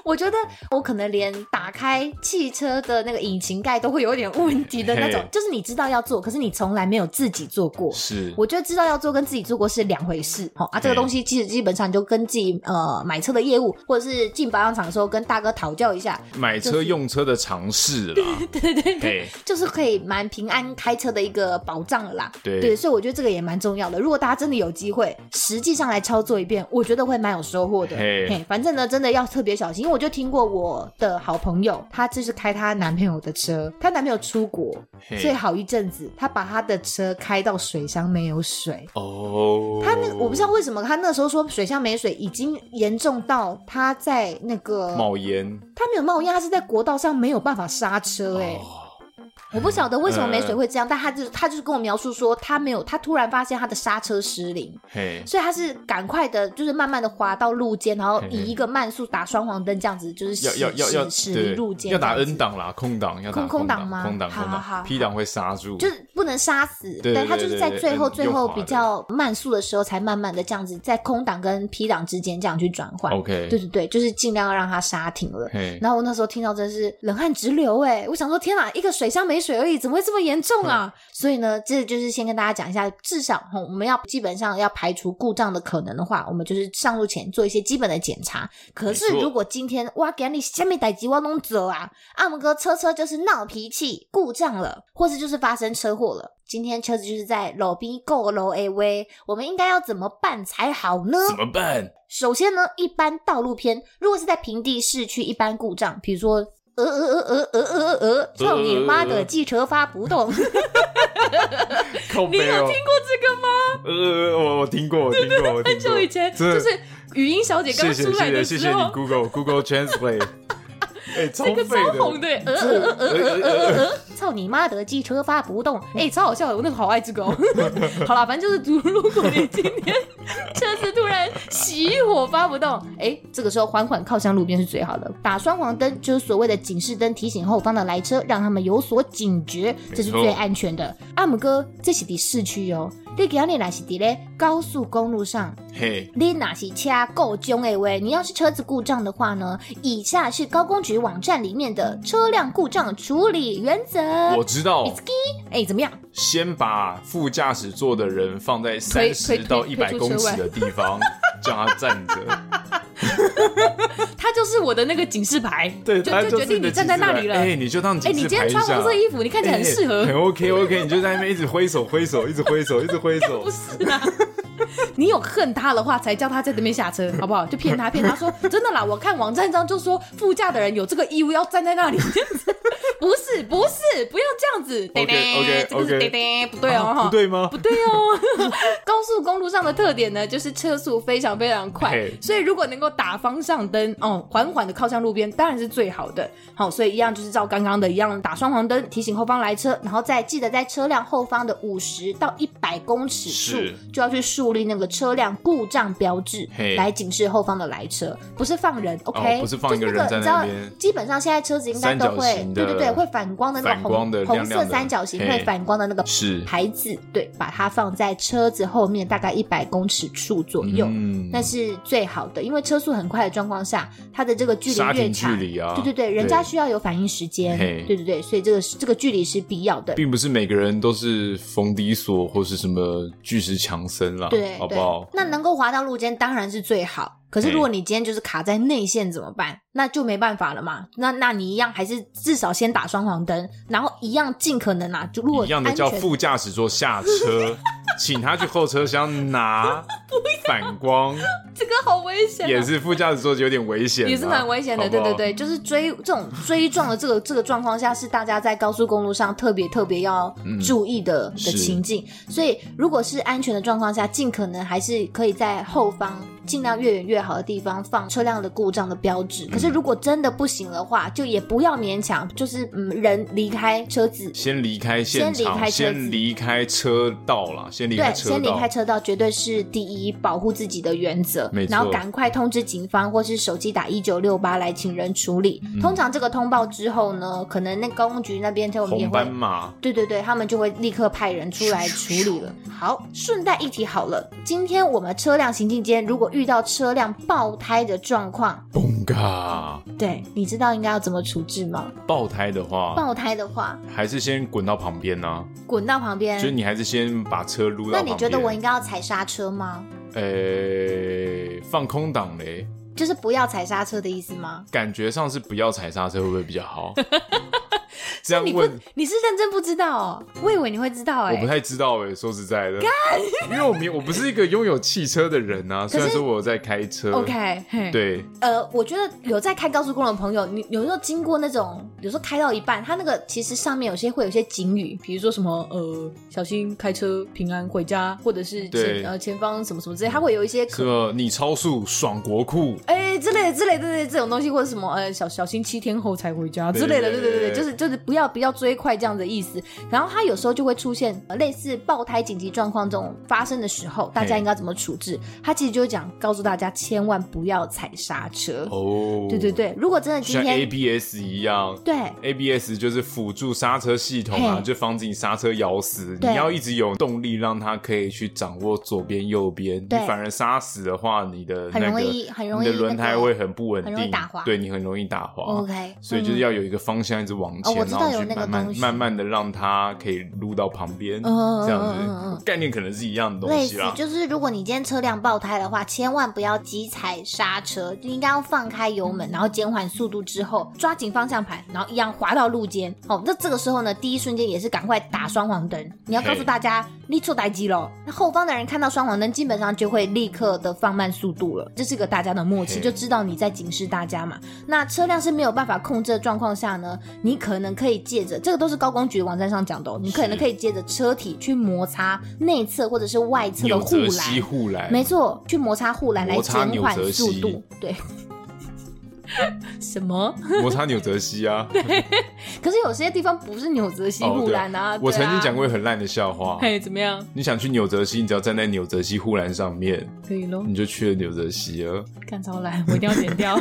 A: 我觉得我可能连打开汽车的那个引擎盖都会有点问题的那种
B: 嘿，
A: 就是你知道要做，可是你从来没有自己做过。
B: 是
A: 我觉得知道要做跟自己做过是两回事，好、啊，这个东西其实基本上你就跟自己呃买车的业务，或者是进保养厂的时候跟大哥讨教一下，
B: 买车用车的尝试啦。对对对，
A: 就是可以蛮平安开车的一个保障了啦。
B: 对
A: 所以我觉得这个也蛮重要的。如果大家真的有机会，实际上来操作一遍，我觉得会蛮有收获的。
B: 嘿
A: 嘿，反正呢，真的要特别小心，因为我就听过我的好朋友，她就是开她男朋友的车，她男朋友出国，
B: 嘿
A: 所以好一阵子，她把她的车开到水箱没有水。
B: 哦，
A: 她那我不知道为什么，她那时候说水箱没水，已经严重到她在那个
B: 冒烟，
A: 他没有冒烟，他是在国道上没有办法刹车、欸，
B: 哦
A: 哎、我不晓得为什么没
B: 嗯
A: 水会这样，但他就他就是跟我描述说，他没有，他突然发现他的刹车失灵，
B: 嘿，
A: 所以他是赶快的，就是慢慢的滑到路肩，然后
B: 嘿嘿
A: 以一个慢速打双黄灯这样子，就是
B: 要
A: 驶
B: 要要要
A: 驶驶
B: 对
A: 离路肩，
B: 要打 N，档啦，空档要打
A: 空空档
B: 档
A: 吗
B: 空档
A: 好
B: 空
A: 好好
B: 档，P 档会刹住，
A: 就是不能刹死，
B: 对对
A: 他就是在
B: 对对
A: 最后
B: 嗯
A: 最
B: 右
A: 后
B: 滑
A: 比
B: 的
A: 较慢速的时候，才慢慢的这样子在空档跟 P 档之间这样去转换。
B: OK，
A: 对对对，就是尽量让它刹停了。
B: 嘿，
A: 然后我那时候听到真是冷汗直流哎、我想说天哪，一个水箱没水而已，怎么会这么严重
B: 嗯
A: 啊？所以呢，这就是先跟大家讲一下，至少吼我们要基本上要排除故障的可能的话，我们就是上路前做一些基本的检查。可是
B: 没错
A: 如果今天哇给你下面逮几万弄走啊，阿姆哥车车就是闹脾气故障了，或是就是发生车祸了。今天车子就是在路边够楼 A 喂，我们应该要怎么办才好呢？
B: 怎么办？
A: 首先呢，一般道路偏，如果是在平地市区，一般故障，比如说呃呃呃呃呃呃呃呃，操你妈的，汽车发不动，
B: 靠
C: 你
B: 背
C: 有
B: 哦
C: 听，过这个吗？
B: 呃，我我听过，我听过，我听
C: 很
B: 过
C: 久以前，
B: 真的
C: 就是语音小姐刚
B: 谢谢
C: 出来
B: 谢
C: 的
B: 谢谢
C: 时
B: 谢你
C: 候，
B: Google Google Translate，哎，超
C: 这
B: 废
C: 个超红
B: 的，
C: 的欸，呃
B: 这
C: 呃呃呃呃呃呃，
A: 操你妈的，汽车发不动，
C: 哎、超好笑的，我那个好爱这个、哦。 好啦，反正就是，如果你今天 车子突然熄火发不动，
A: 哎，这个时候缓缓靠向路边是最好的。打双黄灯就是所谓的警示灯，提醒后方的来啊车，让他们有所警觉，这是最安全的。阿姆哥，这是的市区哦，你今日若是伫咧高速公路上，
B: 嘿，
A: 你哪是车够囧诶喂？你要是车子故障的话呢，以下是高公局网站里面的车辆故障处理原则。
B: 我知道，
A: 哎、怎么样？
B: 先把副驾驶座的人放在三
C: 推
B: 十
C: 推
B: 到一
C: 推
B: 百
C: 出
B: 公
C: 车
B: 尺
C: 外
B: 的地 方，叫他站 着。
C: 它就是我的那个警示牌，
B: 对，
C: 就
B: 他
C: 就决
B: 是
C: 定
B: 的
C: 你
B: 指
C: 站在
B: 示
C: 那
B: 牌
C: 里了。
B: 哎，你就当
C: 哎、
B: 警
C: 你
B: 示
C: 今
B: 牌
C: 天
B: 一
C: 穿
B: 下
C: 红色衣服，你看起来很适合。
B: 哎很 OK OK，你就在那边一直挥手挥手，一直挥手，一直挥手
C: 不。是啊，
A: 你有恨他的话，才叫他在这边 下车，好不好？就骗他，骗他说真的啦，我看网站上就说副驾的人有这个义务要站在那里。
C: 不是，不是，不要这样子。
B: OK，OK，
C: 这个是
B: OK
C: 叮叮，不对哦，
B: 啊
C: 哈
B: 不对吗？
C: 对哦， 高速公路上的特点呢，就是车速非常非常快
B: 嘿，
C: 所以如果能够打方向灯，哦，缓缓的靠向路边，当然是最好的。
A: 好、所以一样就是照刚刚的一样打双黄灯，提醒后方来 车，然后再记得在车辆后方的五十到一百公尺
B: 是
A: 处就要去树立那个车辆故障标志
B: 嘿，哦
A: 来警示后方的来车，不是放人，OK？、
B: 不是放一个
A: 就
B: 人
A: 那
B: 在
A: 你知
B: 那
A: 道
B: 边
A: 基本上现在车子应该
B: 三角
A: 都会
B: 形，的
A: 对对对，会反光的那
B: 反
A: 个
B: 光
A: 红
B: 的亮
A: 红
B: 亮
A: 色
B: 的
A: 三角形
B: 嘿
A: 会反光的那个
B: 是
A: 牌子，对，把它放在车子后面大概一百公尺处左右。
B: 嗯
A: 那是最好的，因为车速很快的状况下，它的这个距
B: 刹
A: 离越
B: 停距
A: 长，
B: 离啊，
A: 对对对，人家需要有反应时间
B: 嘿，
A: 对对对，所以这个是这个距离是必要的。
B: 并不是每个人都是冯迪索或是什么巨石强森啦，
A: 对
B: 好不
A: 对
B: 好？，
A: 那能够滑到路肩当然是最好。可是
B: 嘿
A: 如果你今天就是卡在内线怎么办？那就没办法了嘛。那那你一样还是至少先打双黄灯，然后一样尽可能啊，就如果
B: 一样的
A: 安
B: 叫
A: 全
B: 副驾驶座下车，请他去后车厢拿反 光，
C: 这个好危险、啊，
B: 也是副驾驶座有点危险啊，
C: 也是蛮危险的，
B: 好不
C: 对
B: 好
C: 对对，
A: 就是追这种追撞的这个这个状况下，是大家在高速公路上特别特别要注意的、
B: 嗯是
A: 的情境。所以，如果是安全的状况下，尽可能还是可以在后方尽量越远越好的地方放车辆的故障的标志。可是，
B: 嗯
A: 如果真的不行的话，就也不要勉强，就是嗯，人离开车子。
B: 先离开现
A: 先离
B: 场，
A: 开车
B: 先离开车道啦，先离开
A: 对，
B: 车道，
A: 先离开车道绝对是第一保护自己的原则
B: 没，错
A: 然后赶快通知警方或是手机打一九六八来请人处理。
B: 嗯
A: 通常这个通报之后呢，可能那公安局那边就也
B: 红
A: 会
B: 斑马，
A: 对对对，他们就会立刻派人出来处理了。好，顺带一提好了，今天我们车辆行进间如果遇到车辆爆胎的状况，
B: 嘣嘎！
A: 对，你知道应该要怎么处置吗？
B: 爆胎的话，
A: 爆胎的话，
B: 还是先滚到旁边呢、
A: 滚到旁
B: 啊，就是
A: 边。
B: 你还是先把车撸到
A: 嗯那
B: 旁边。
A: 你觉得我应该要踩刹车吗？
B: 呃放空档嘞？
A: 就是不要踩刹车的意思吗？
B: 感觉上是不要踩刹车会不会比较 好？这样
A: 你不
B: 问，
A: 你是认真不知道哦，我以为你会知道哎、
B: 我不太知道哎、说实在的，因为我没有我不是一个拥有汽车的人啊，虽然说我有在开车
C: OK，嘿
B: 对，
A: 呃，我觉得有在开高速公路的朋友，你有时候经过那种，有时候开到一半，它那个其实上面有些会有些警语，
C: 比如说什么呃，小心开车，平安回家，或者是
B: 对
C: 前呃前方什么什么之类，它会有一些
B: 什
C: 可
B: 么你超速爽国库，
C: 哎、之类的之类的之类的这种东西，或者什么呃小小心七天后才回家
B: 对
C: 之类的，对
B: 对
C: 对
B: 对对
C: 对对，就是就是不要不要追快这样的意思。
A: 然后它有时候就会出现呃类似爆胎紧急状况这种发生的时候，大家应该怎么处置？它其实就会讲告诉大家，千万不要踩刹车。
B: 哦，
A: 对对，对，如果真的今
B: 像啊
A: 天
B: ABS 一样，
A: 对
B: ABS 就是辅助刹车系统啊，
A: 嘿
B: 就防止你刹车咬死。你
A: 对
B: 要一直有动力，让它可以去掌握左边、右边。你
A: 对
B: 反而刹死的话，你的
A: 很
B: 那
A: 容
B: 个
A: 易很容易
B: 你的轮
A: 那
B: 胎
A: 个
B: 会很不稳定，
A: 很容易打滑
B: 对你很容易打滑。
A: ，OK，
B: 所以就是要有一个方向一直往前，
A: 嗯哦我知
B: 然
A: 道
B: 后
A: 有
B: 去
A: 那个
B: 慢慢
A: 东西
B: 慢慢的让它可以撸到旁边，
A: 嗯嗯
B: 这样子、
A: 嗯嗯嗯
B: 概念可能是一样的东
A: 类
B: 西
A: 似
B: 啦。
A: 就是，如果你今天车辆爆胎的话，千万不要急踩刹车，就应该要放开油门，然后减缓速度之后，抓紧方向盘，然后一样滑到路肩。哦，那这个时候呢，第一瞬间也是赶快打双黄灯，你要告
B: 嘿
A: 诉大家你错待机喽。那后方的人看到双黄灯，基本上就会立刻的放慢速度了，这是个大家的默契，
B: 嘿
A: 就知道你在警示大家嘛。那车辆是没有办法控制的状况下呢，你可能可以借着这个都是高公局网站上讲的哦，你可能可以借着车体去摩擦内侧或者是外侧的
B: 纽
A: 护
B: 泽西
A: 栏，
B: 护栏，
A: 没错，去摩擦护栏来
B: 摩擦
A: 减缓
B: 纽泽
A: 速
B: 西
A: 度。对，
C: 什么？
B: 摩擦纽泽西 啊。
A: 可是有些地方不是纽泽西
B: 哦
A: 护
B: 对
A: 栏啊，
B: 我
A: 对啊
B: 曾经讲过一个很烂的笑话，
C: 嘿，怎么样？
B: 你想去纽泽西，你只要站在纽泽西护栏上面，
C: 可以咯，
B: 你啊 就去了纽泽西了。
C: 看超来，我一定要剪掉。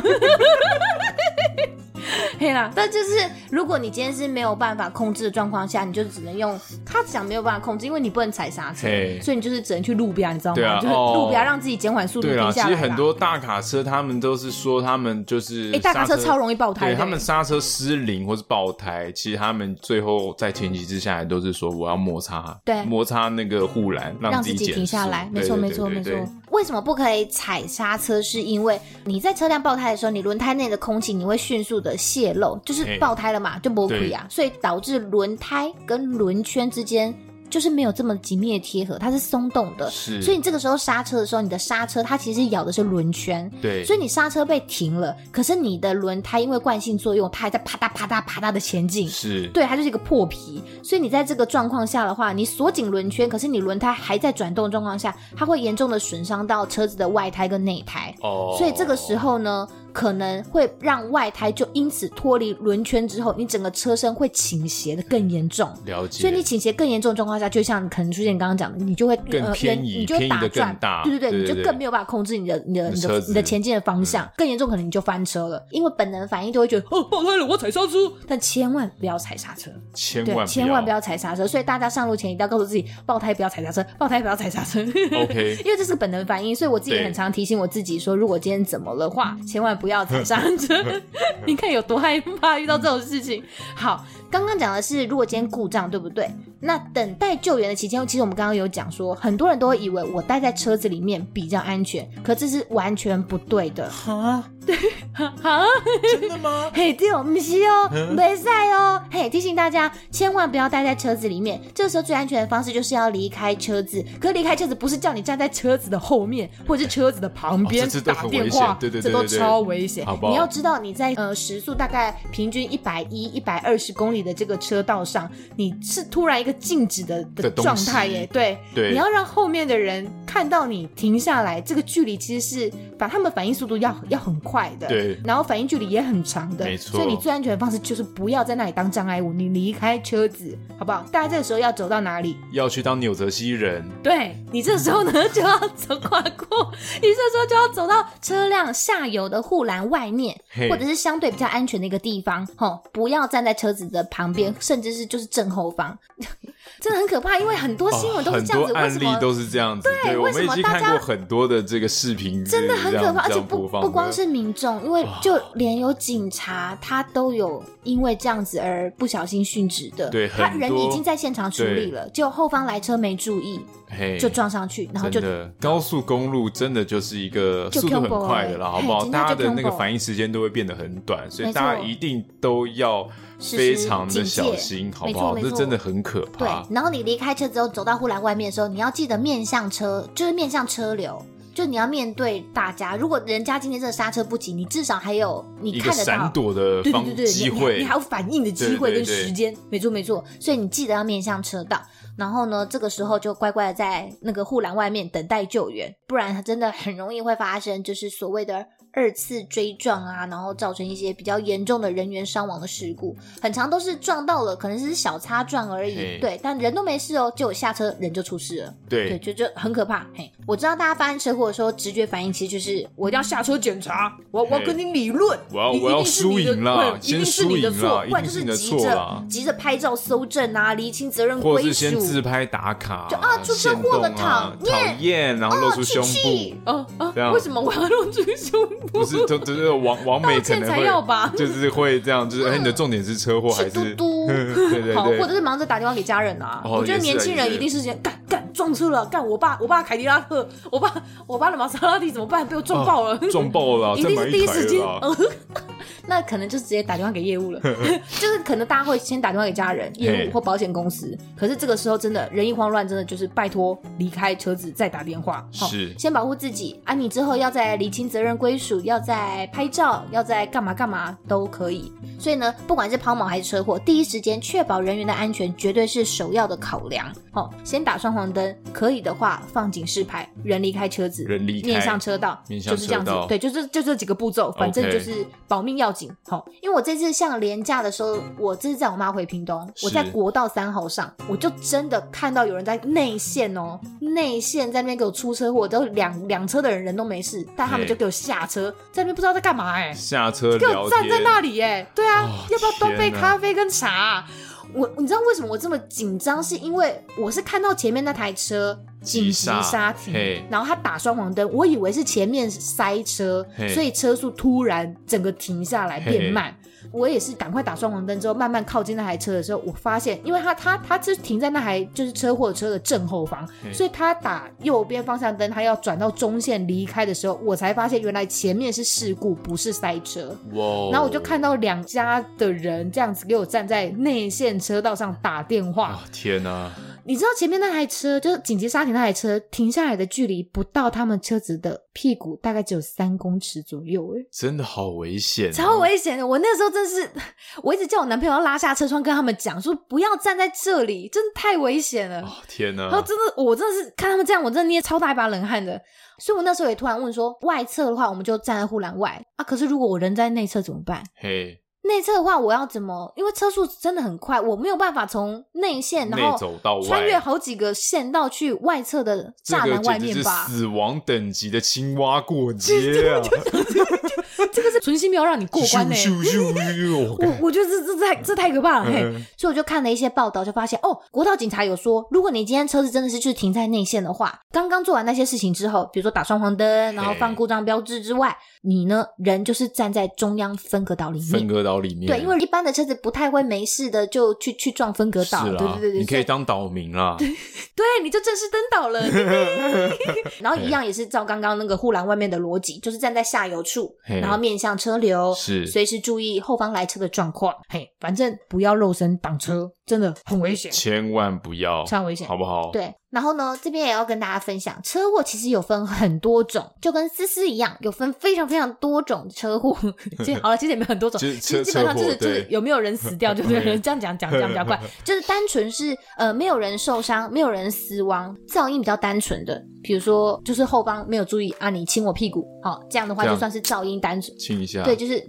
C: 嘿啦，
A: 但就是如果你今天是没有办法控制的状况下，你就只能用他讲没有办法控制，因为你不能踩刹车
B: 嘿，
A: 所以你就是只能去路边，你知道
B: 对
A: 吗？
B: 啊
A: 就是
B: 哦
A: 路边让自己减缓速度
B: 对啦，
A: 停
B: 其
A: 下
B: 实
A: 来啦。
B: 很多大卡车他们都是说他们就是，
A: 哎诶大卡车超容易爆胎
B: 对
A: 的
B: 他们刹车失灵或是爆胎，其实他们最后在前提之下都是说我要摩擦，
A: 对
B: 摩擦那个护栏，
A: 让
B: 自
A: 自己
B: 减
A: 停下
B: 速
A: 来，
B: 对
A: 没错，
B: 对
A: 没
B: 对
A: 错，
B: 对
A: 没错
B: 对。
A: 为什么不可以踩刹车？是因为你在车辆爆胎的时候，你轮胎内的空气你会迅速的泄漏，就是
B: 哎
A: 爆胎了嘛，就崩溃啊，所以导致轮胎跟轮圈之间就是没有这么紧密的贴合，它是松动的。
B: 是
A: 所以你这个时候刹车的时候，你的刹车它其实咬的是轮圈，
B: 对
A: 所以你刹车被停了，可是你的轮胎因为惯性作用，它还在啪嗒啪嗒啪嗒的前进，
B: 是，
A: 对，它就是一个破皮。所以你在这个状况下的话，你锁紧轮圈，可是你轮胎还在转动的状况下，它会严重的损伤到车子的外胎跟内胎。
B: 哦，
A: 所以这个时候呢，可能会让外胎就因此脱离轮圈之后，你整个车身会倾斜的更严重。
B: 了解，
A: 所以你倾斜更严重的状况下，就像可能出现你刚刚讲的，你就会
B: 更
A: 呃
B: 偏
A: 人
B: 移
A: 你就会
B: 偏移
A: 打
B: 得更
A: 转，
B: 大
A: 对对
B: 对
A: 对，你
B: 对
A: 就
B: 对
A: 更没有办法控制你的你
B: 你的
A: 的你
B: 车
A: 的
B: 子嗯
A: 你的前进的方向，更严重可能你就翻车了，因为本能反应就会觉得哦爆胎了，我踩刹车，但千万不要踩刹车，
B: 千
A: 对，
B: 万
A: 千万不要踩刹车，所以大家上路前一定要告诉自己爆胎不要踩刹车， 爆胎不要踩刹车。
B: OK
A: 因为这是个本能反应，所以我自己也
B: 对
A: 很常提醒我自己说，如果今天怎么了话，千万不要踩刹车。 你看有多害怕遇到这种事情。好，刚刚讲的是如果今天故障，对不对？那等待救援的期间，其实我们刚刚有讲说，很多人都会以为我待在车子里面比较安全，可这是完全不对的。
B: 啊，
A: 好。
B: 真的吗？嗯
A: 嘿，对哦，不是哦，没赛哦。嘿，提醒大家千万不要待在车子里面，这个时候最安全的方式就是要离开车子。可离开车子不是叫你站在车子的后面或者是车子的旁边、
B: 哦这这都
A: 打
B: 很
A: 电
B: 危险
A: 话，
B: 对对
A: 这
B: 对
A: 都
B: 对对
A: 超危险。
B: 好不好
A: 你要知道你在呃时速大概平均一百一、一百二十公里的这个车道上，你是突然一个静止的的
B: 的东
A: 状态
B: 西
A: 耶，对，
B: 对
A: 你要让后面的人看到你停下来，这个距离其实是把他们反应速度要要很快的，
B: 对
A: 然后反应距离也很长的，
B: 没错
A: 所以你最安全的方式就是不要在那里当障碍物，你离开车子，好不好？大家这个时候要走到哪里？
B: 要去当纽泽西人，
A: 对你这时候呢就要走跨过，你这时候就要走到车辆下游的护栏外面
B: 嘿，
A: 或者是相对比较安全的一个地方，吼，不要站在车子的旁边，甚至是就是正后方， 真的很可怕，因为很多新闻都
B: 哦
A: 是
B: 很
A: 这样
B: 多
A: 子，为
B: 案
A: 什
B: 例
A: 么？
B: 都是这样子，对，我
A: 为什
B: 们已
A: 么
B: 经
A: 大
B: 看
A: 家
B: 过很多的这个视频，
A: 真的很
B: 这样
A: 可怕，而
B: 这
A: 且
B: 样播
A: 不
B: 放
A: 不
B: 的
A: 光是民众，因为就连有警察他都有因为这样子而不小心殉职的。
B: 对
A: 他
B: 很
A: 人
B: 多
A: 已经在现场处理
B: 对
A: 了，结果后方来车没注意，
B: 嘿
A: 就撞上去，然后就
B: 真的，高速公路真的就是一个
A: 就
B: 速度很
A: combo
B: 快的啦，
A: 欸
B: 好不好？
A: 嘿真的
B: 大家
A: 就
B: 的那个
A: combo
B: 反应时间都会变得很短，所以
A: 没错
B: 大家一定都要非常
A: 时
B: 的
A: 时警戒
B: 小心，好不好？
A: 没错
B: 这
A: 没错
B: 真的很可
A: 对
B: 怕。，
A: 然后你离开车之后走到护栏外面的时候，你要记得面向车，就是面向车流，就你要面对大家。如果人家今天这刹车不及，你至少还有你
B: 一个
A: 看得
B: 闪
A: 到。
B: 躲的呃
A: 对
B: 方
A: 对对对，你
B: 机
A: 你
B: 会
A: 你还有反应的机会跟时间，没错没错。所以你记得要面向车道，然后呢，这个时候就乖乖的在那个护栏外面等待救援，不然它真的很容易会发生就是所谓的二次追撞啊，然后造成一些比较严重的人员伤亡的事故，很常都是撞到了，可能是小擦撞而
B: 嘿
A: 已，对，但人都没事哦，结果下车人就出事了。对，
B: 对
A: 就就很可怕。嘿，我知道大家发生车祸的时候，直觉反应其实就是我一定要下车检查，我我要
B: 嘿
A: 跟你理论，
B: 我要
A: 你一
B: 我要
A: 定是你的
B: 输赢啦先
A: 对一定是
B: 输
A: 你的
B: 赢啦
A: 错，
B: 一
A: 不然
B: 定
A: 就是是
B: 你的
A: 急
B: 错
A: 着
B: 啦
A: 急着拍照搜证啊，厘清责任
B: 或者
A: 归
B: 是先自
A: 属。
B: 拍打卡，
A: 就啊出车
B: 现
A: 祸了
B: 动啊
A: 讨厌
B: 讨厌，然后露出胸
A: 哦气
B: 部
A: 气，
C: 哦哦
B: 这样，
C: 为什么我要露出胸部
B: 不？是，就就是 王王美
C: 道
B: 可
C: 歉
B: 能
C: 才要吧
B: 会，就是会这样，就是哎，你的重点是车祸还
A: 气嘟
B: 是
A: 嗯嘟
B: 对对
A: 好，
B: 对，
A: 或者是忙着打电话给家人啊。
B: 哦
A: 我觉得
B: 也是啊
A: 年轻
B: 也
A: 人
B: 是
A: 一定是先干干
C: 撞车了，干我爸，我爸凯迪拉克，我爸我爸的玛莎拉蒂怎么办？被我撞爆了，
A: 哦
B: 撞爆了啊，
C: 一定
B: 再
C: 是
B: 买
C: 第一
B: 台
C: 时间
B: 了啊，
A: 那可能就直接打电话给业 务了，就是可能大家会先打电话给家人、业
B: 嘿
A: 务或保险公司。可是这个时候真的人一慌乱，真的就是拜托离开车子再打电话，齁
B: 是
A: 先保护自己啊！你之后要再理清责任归属，要再拍照，要再干嘛干嘛都可以。所以呢，不管是抛锚还是车祸，第一时间确保人员的安全绝对是首要的考量。哦，先打双黄灯，可以的话放警示牌，人离开车子，
B: 人离开
A: 面向车道，
B: 面向
A: 就是这样子
B: 车道。
A: 对，就是就这几个步骤，反正
B: OK
A: 就是保命要警。好，因为我这次像廉价的时候，我这次载我妈回屏东，
B: 是
A: 我在国道三号上，我就真的看到有人在内线哦，内线在那边给我出车祸，都两两车的人人都没事，但他们
B: 嘿
A: 就给我下车，在那边不知道在干嘛哎、
B: 下车
A: 给
B: 聊
A: 我
B: 天，
A: 站在那里耶、对啊，
B: 哦
A: 要不要
B: 天
A: 端杯
B: 哪
A: 咖啡跟茶啊、我你知道为什么我这么紧张？是因为我是看到前面那台车紧急
B: 急刹
A: 刹停
B: 嘿，
A: 然后他打双黄灯，我以为是前面塞车
B: 嘿，
A: 所以车速突然整个停下来
B: 嘿
A: 变慢。我也是赶快打双黄灯之后，慢慢靠近那台车的时候，我发现，因为他他他是停在那台就是车祸车的正后方
B: 嘿，
A: 所以他打右边方向灯，他要转到中线离开的时候，我才发现原来前面是事故，不是塞车。
B: 哇，哦
A: 然后我就看到两家的人这样子给我站在内线车道上打电话
B: 啊。，天哪，
A: 你知道前面那台车就是紧急刹停那台车停下来的距离不到他们车子的屁股，大概只有三公尺左右，哎，
B: 真的好危险、啊，
A: 超危险的。我那时候真是， 我一直叫我男朋友要拉下车窗跟他们讲说不要站在这里，真的太危险了。
B: 啊，天
A: 然后
B: 哪，
A: 真的，我真的是看他们这样，我真的捏超大一把冷汗的。所以我那时候也突然问说，外侧的话我们就站在护栏外啊，可是如果我人在内侧怎么办？
B: 嘿，
A: 内侧的话，我要怎么？因为车速真的很快，我没有办法从内线，然
B: 内
A: 后
B: 走到外，
A: 穿越好几个线道去外侧的栅栏外面
B: 这个简直是。
A: 吧
B: 死亡等级的青蛙过街啊！
A: 这个是存心没有让你过关呢、
B: 咻咻咻咻
A: 我我觉得这这这太这太可怕了、嘿
B: 嗯
A: 所以我哎就看了一些报道，就发现哦，国道警察有说，如果你今天车子真的是就是停在内线的话，刚刚做完那些事情之后，比如说打双黄灯，然后放故障标志之外，你呢人就是站在中央分隔岛里面
B: 分。割岛里面，
A: 对，因为一般的车子不太会没事的就去去撞分隔
B: 是
A: 岛，
B: 啦，
A: 对对对对，
B: 你可
A: 所
B: 以当岛民啦，
A: 对，你就正式登 岛了。 然后一样也是照刚刚那个护栏外面的逻辑，就是站在下游处，
B: 嘿
A: 然后面向车流，
B: 是
A: 随时注意后方来车的状况。嘿，反正不要肉身挡车，真的很危险。
B: 千万不要，
A: 超危险
B: 好不好？
A: 对，然后呢，这边也要跟大家分享，车祸其实有分很多种，就跟思思一样，有分非常非常多种车祸。 其实好了，其实也没有很多种，
B: 就是
A: 其
B: 车
A: 实基本上就是
B: 车祸
A: 就是
B: 对
A: 有没有人死 掉，就对了。这样讲讲这样比较快，就是单纯是呃没有人受伤，没有人死亡，噪音比较单纯的，比如说就是后方没有注意啊，你亲我屁股，好、这样的话
B: 这
A: 就
B: 样
A: 算是噪音单纯。
B: 亲一下，
A: 对，就是、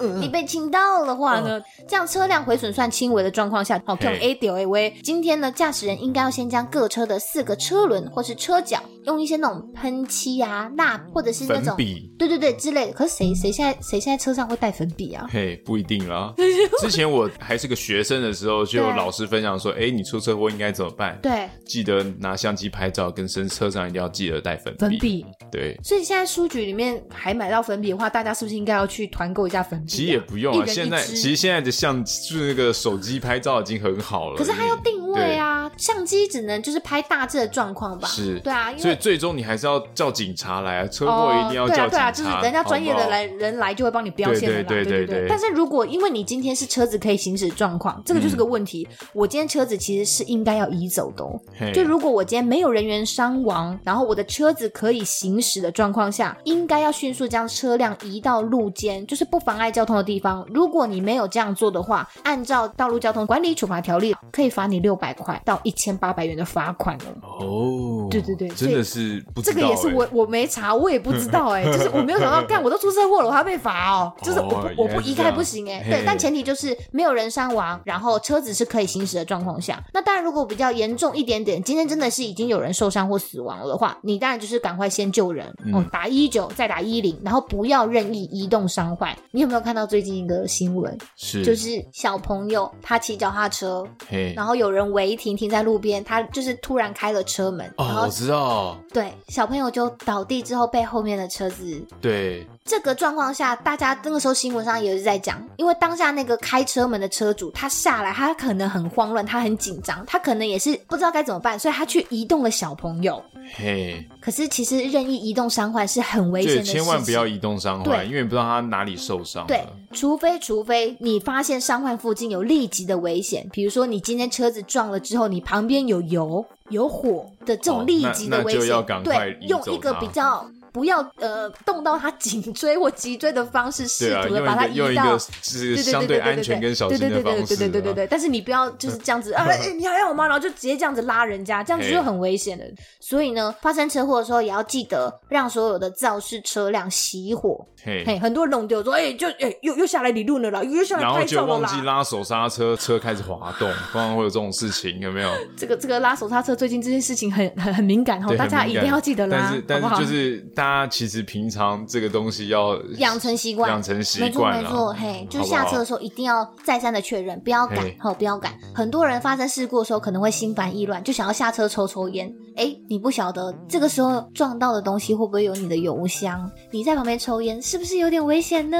A: 嗯你被亲到的话呢，这样车辆毁损算轻微的状况下，好，用 A 丢 A 喂。哎今天呢，驾驶人应该要先将各车的四个车轮或是车脚，用一些那种喷漆啊、蜡或者是那
B: 粉
A: 种。
B: 笔，
A: 对对对，之类的。可是谁谁现在谁现在车上会带粉笔啊？
B: 嘿，不一定啦。之前我还是个学生的时候，就有
A: 哎对
B: 老师分享说，哎，你出车祸应该怎么办？
A: 对，
B: 记得拿相机拍照，跟身车上一定要记得带粉
A: 粉笔。
B: 对，
A: 所以现在书局里面还买到粉笔的话，大家是不是应该要去团购一下粉笔、啊？
B: 其实也不用
A: 一
B: 啊，
A: 人一
B: 现在
A: 支
B: 其实现在的相就是那个手机拍照已经很好了，嗯
A: 可是它要定位
B: 对
A: 啊，相机只能就是拍大致的状况吧。
B: 是
A: 对啊，因为
B: 所以最终你还是要叫警察来啊，车祸
A: 哦，
B: 一定要叫警察，
A: 对啊，对啊，就是人家专业
B: 好
A: 的
B: 不好
A: 来，人来就会帮你标线的啦，
B: 对对对
A: 对
B: 对对
A: 但是如果因为你今天是车子可以行驶状况，这个就是个问题。
B: 嗯
A: 我今天车子其实是应该要移走的、哦。
B: 嘿
A: 就如果我今天没有人员伤亡，然后我的车子可以行驶的状况下，应该要迅速将车辆移到路肩，就是不妨碍交通的地方。如果你没有这样做的话，按照《道路交通管理处罚条例》，可以罚你六百块到一千八百元的罚款哦。
B: 哦，
A: 对对对所以
B: 真的是不知
A: 这
B: 道、欸，
A: 个也是我我没查，我也不知道哎、就是我没有想 到，干我都出车祸了，我还要被罚哦，就是我
B: 哦
A: 不我
B: 原
A: 不
B: 来是
A: 移
B: 这
A: 开
B: 样
A: 不行哎、
B: 嘿
A: 对，但前提就是没有人伤亡，然后车子是可以行驶的状况下，那当然如果比较严重一点点，今天真的是已经有人受伤或死亡了的话，你当然就是赶快先救人，
B: 嗯
A: 哦，打一九再打一零，然后不要任意移动伤患。你有没有看到最近一个新闻，
B: 是
A: 就是小朋友他骑脚踏车，
B: 嘿，
A: 然后有人违停停在路边，他就是突然开了车门，然
B: 哦，
A: 后
B: 我知道，
A: 对，小朋友就倒地之后被后面的车子。
B: 对，
A: 这个状况下，大家那个时候新闻上也是在讲，因为当下那个开车门的车主他下来，他可能很慌乱，他很紧张，他可能也是不知道该怎么办，所以他去移动了小朋友。
B: 嘿，
A: 可是其实任意移动伤患是很危险
B: 对，
A: 的事情，
B: 千万不要移动伤患，
A: 对
B: 因为你不知道他哪里受伤
A: 对
B: 了，，
A: 除非除非你发现伤患附近有立即的危险，比如说你今天车子撞了之后，你旁边有油、有火的这
B: 哦
A: 种立
B: 那
A: 即的
B: 那
A: 危
B: 就
A: 险，
B: 要赶快
A: 对，
B: 移
A: 用
B: 走
A: 一个
B: 它
A: 比较不要呃动到他颈椎或脊椎的方式，试
B: 对啊，
A: 图
B: 用
A: 的
B: 一
A: 把它
B: 个
A: 移
B: 用一
A: 到
B: 个是
A: 对对
B: 相
A: 对对
B: 安全跟小心
A: 对
B: 的
A: 对对
B: 方
A: 对
B: 式啊，
A: 对对对对对。但是你不要就是这样子 啊，哎，你还要吗？然后就直接这样子拉人家，这样子就很危险的。
D: 所以呢，发生车祸的时候也要记得让所有的肇事车辆熄火。
B: 嘿，
A: 嘿，很多人弄丢说，哎，就哎又又下来理论了啦，又下来
B: 然后
A: 拍
B: 就
A: 照了
B: 忘记
A: 啦。
B: 拉手刹车，车开始滑动，通常会有这种事情，有没有？
A: 这个这个拉手刹车，最近这件事情很很很敏感哦，
B: 对，
A: 大家
B: 很
A: 一
B: 敏
A: 定
B: 感
A: 要记得拉
B: 但是，但
A: 好不
B: 是
A: 好
B: 就是大家其实平常这个东西要
D: 养成习惯，
B: 养成习
D: 没错
B: 惯
D: 没
B: 啦
D: 错，嘿，就
B: 好
D: 是
B: 不
D: 下
B: 好
D: 车的时候一定要再三的确认，不要赶
B: 嘿，
D: 好不要赶。很多人发生事故的时候可能会心烦意乱，就想要下车抽抽烟。哎，你不晓得这个时候撞到的东西会不会有你的油箱？你在旁边抽烟是不是有点危险呢？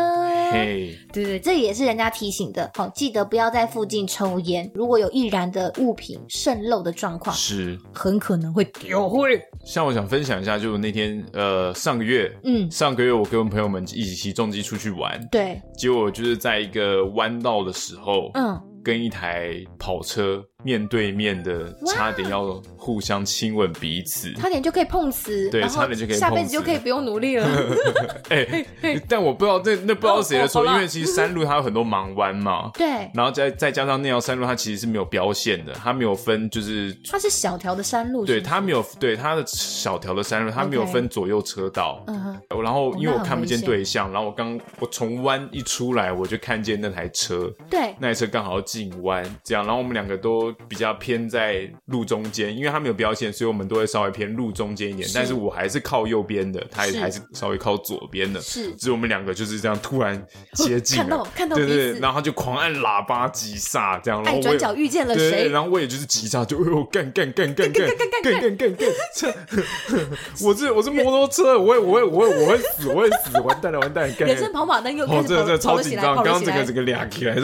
B: 嘿，
D: 对对，这也是人家提醒的。好，记得不要在附近抽烟，如果有易燃的物品渗漏的状况，
B: 是。
A: 很可能会丢会
B: 像我想分享一下，就我那天呃上个月，
D: 嗯
B: 上个月我跟朋友们一起骑重机出去玩，
D: 对，
B: 结果就是在一个弯道的时候，
D: 嗯，
B: 跟一台跑车面对面的，差点要互相亲吻彼此。
A: 差点就可以碰瓷，
B: 对
A: 然后
B: 差点就可以
A: 下
B: 碰
A: 辈子就
B: 瓷
A: 可以不用努力了。
B: 哎、但我不知道那那不知道谁的错，
A: 哦好啦
B: 因为其实山路它有很多盲弯嘛，
A: 对，
B: 然后再再加上那条山路它其实是没有标线的，它没有分就是
A: 它是小条的山路，
B: 对
A: 是不是
B: 它没有对它的小条的山路，它没有
A: OK
B: 分左右车道。
A: 嗯哼，
B: 然后因为
A: 那
B: 我
A: 很
B: 看不
A: 危
B: 见
A: 险
B: 对象，然后我刚我从弯一出来，我就看见那台车，
A: 对，
B: 那台车刚好要进弯，这样，然后我们两个都比较偏在路中间，因为它没有标线，所以我们都会稍微偏路中间一点。但是我还是靠右边的，他也
D: 是
B: 还是稍微靠左边的。
D: 是
B: 只是我们两个就是这样突然 接近了，
A: 看到看到
B: 对
A: 彼
B: 对
A: 此
B: 对，然后他就狂按喇叭急刹，这样，然后
A: 爱
B: 我
A: 转
B: 也
A: 角遇见了
B: 对
A: 谁？
B: 然后我也就是急刹，就哎呦干干干干干干干干干，这 我是我是摩托车，我会我会我会我会死我会死，完蛋了完蛋了，干
A: 人生跑马灯又开
B: 哦，
A: 始
B: 这
A: 跑
B: 这
A: 了跑
B: 超
A: 了起
B: 紧
A: 来，
B: 张！
A: 跑
B: 刚刚
A: 了起
B: 整
A: 来
B: 个。整个俩起来 是，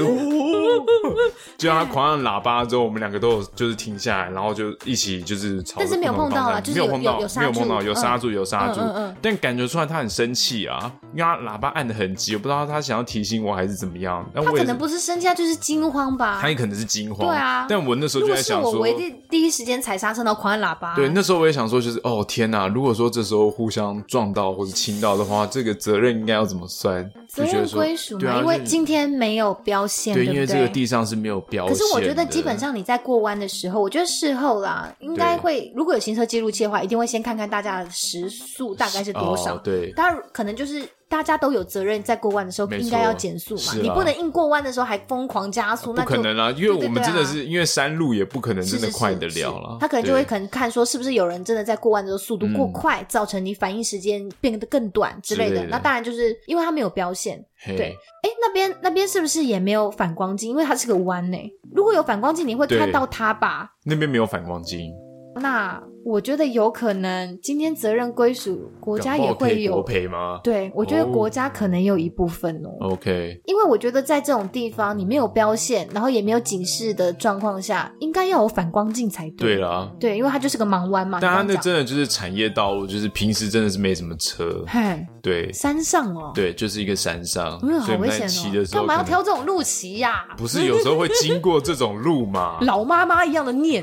B: 就他狂按喇叭之后，我们两个都有就是停下来，然后就一起就是朝着
D: 但是没有
B: 不同的
D: 碰到啦
A: 啊
B: 方向
D: 就是
B: 没有
D: 有
B: 碰到，
D: 有有刹
B: 没有碰到，
D: 住
B: 有刹住，有刹住
A: 嗯嗯嗯。
B: 但感觉出来他很生气啊，因为他喇叭按的很急，我不知道他想要提醒我还是怎么样。但
D: 他
B: 我
D: 可
B: 也
D: 能
B: 是，
D: 不是生气，他就是惊慌吧
B: 他。也可能是惊慌。
D: 对啊
B: 但我那时候
A: 如
B: 就
A: 果
B: 在
A: 是
B: 想
A: 我，
B: 说
A: 我一。定啊第一时间踩刹车，然后狂按喇叭。
B: 对，那时候我也想说，就是哦天哪！如果说这时候互相撞到或者亲到的话，这个责任应该要怎么算？
A: 责
B: 就觉
A: 任
B: 得说
A: 归属
B: 对
A: 嘛，
B: 啊，
A: 因为
B: 就
A: 今天没有标线，
B: 对，
A: 不
B: 因为
A: 对？
B: 这个地上是没有标线
A: 可
B: 的。
A: 是我觉得基本上你在过弯的时候，我觉得事后啦，应该
B: 哦对
A: 会如果有行车记录器的话，一定会先看看大家的时速大概是多少。
B: 哦、对，
A: 大家可能就是大家都有责任，在过弯的时候
B: 没错
A: 应该要减速嘛
B: 是，啊
A: 你不能硬过弯的时候还疯狂加速，
B: 不
A: 那就
B: 可能啦，因为
A: 对
B: 我们真的
A: 对啊
B: 是因为山路也不可能真的快得
A: 是是
B: 了
A: 是
B: 啦。
A: 他可能就会
B: 对
A: 可能看说是不是有人真的在过弯的时候速度过
B: 嗯
A: 快，造成你反应时间变得更短之类
B: 之
A: 的。
B: 类的
A: 那当然就是因为它没有标线，
B: 嘿
A: 对哎，那边那边是不是也没有反光镜？因为它是个弯呢、如果有反光镜，你会
B: 对
A: 看到它吧？
B: 那边没有反光镜，
A: 那我觉得有可能今天责任归属国家
B: 搞不
A: 也
B: 好可
A: 会
B: 以国
A: 有。
B: 赔吗
A: 对，我觉得
B: 哦
A: 国家可能有一部分哦
B: ？OK，
A: 因为我觉得在这种地方，你没有标线，然后也没有警示的状况下，应该要有反光镜才
B: 对
A: 对。
B: 啦，
A: 对，因为它就是个盲弯嘛。
B: 但他
A: 你刚刚
B: 那
A: 讲
B: 真的就是产业道路，就是平时真的是没什么车，
A: 嘿，
B: 对
A: 山上哦，
B: 对，就是一个山上，
A: 嗯，
B: 所
A: 好
B: 以我
A: 危
B: 们在
A: 险
B: 骑的
A: 哦！
B: 时候
A: 干嘛要
B: 可能
A: 挑这种路骑呀、？
B: 不是有时候会经过这种路嘛
A: 老妈妈一样 的念，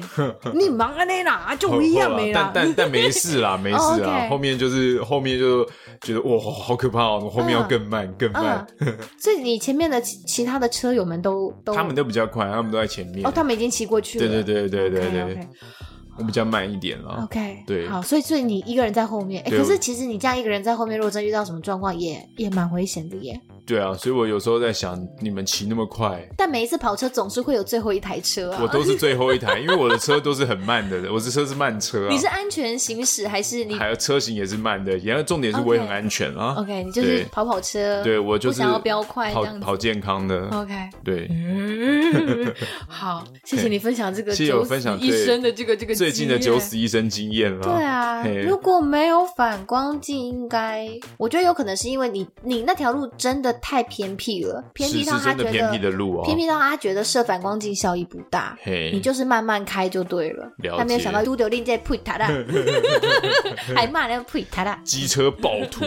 A: 你忙啊那啦， 啊就不一样没
B: 但
A: 啦。
B: 但但没事 啦，没
A: 哦
B: 事啦。
A: ，OK
B: 后面就是后面就觉得哇，好可怕哦！我后面要
A: 嗯
B: 更慢，更慢
A: 嗯。，所以你前面的其其他的车友们都都
B: 他们都比较快，他们都在前面。
A: 哦，他们已经骑过去了。
B: 对对对对对对
A: OK，OK
B: 我比较慢一点啦。
A: OK，
B: 对
A: 好，所以所以你一个人在后面，哎，
B: 对
A: 可是其实你这样一个人在后面，如果真遇到什么状况，也也蛮危险的耶。
B: 对啊，所以我有时候在想，你们骑那么 快，
A: 但每一次跑车总是会有最后一台车啊。
B: 我都是最后一台，因为我的车都是很慢的，我的车是慢车啊。
A: 你是安全行驶还是你
B: 还有车型也是慢的，然后重点是我也很安全啊。
A: OK？你就是
B: 对
A: 跑跑车，
B: 对我就是
A: 不想要飙快这
B: 跑
A: 样子。哦
B: 跑健康的。
A: OK，
B: 对，
A: 嗯， 好，谢谢你分享这个
B: 谢谢我
A: 九
B: 分
A: 死
B: 享
A: 一
B: 对
A: 生的这个这个
B: 最近的
A: 经
B: 九
A: 验
B: 死一生经验啦。
A: 对啊，
B: 嘿
A: 如果没有反光镜，应该
D: 我觉得有可能是因为你你那条路真的太偏僻了，
A: 偏
B: 是
A: 僻
B: 是
A: 到
B: 真
A: 他
B: 的
A: 觉
B: 偏僻
A: 得
B: 的路哦。
D: 偏僻到他觉得设反光镜效益不大。
B: 嘿，
A: 你就是慢慢开就对了。
B: 了解。
D: 他没有想到都 丢令在 put 他啦，还骂人 put 他啦。
B: 机车暴徒，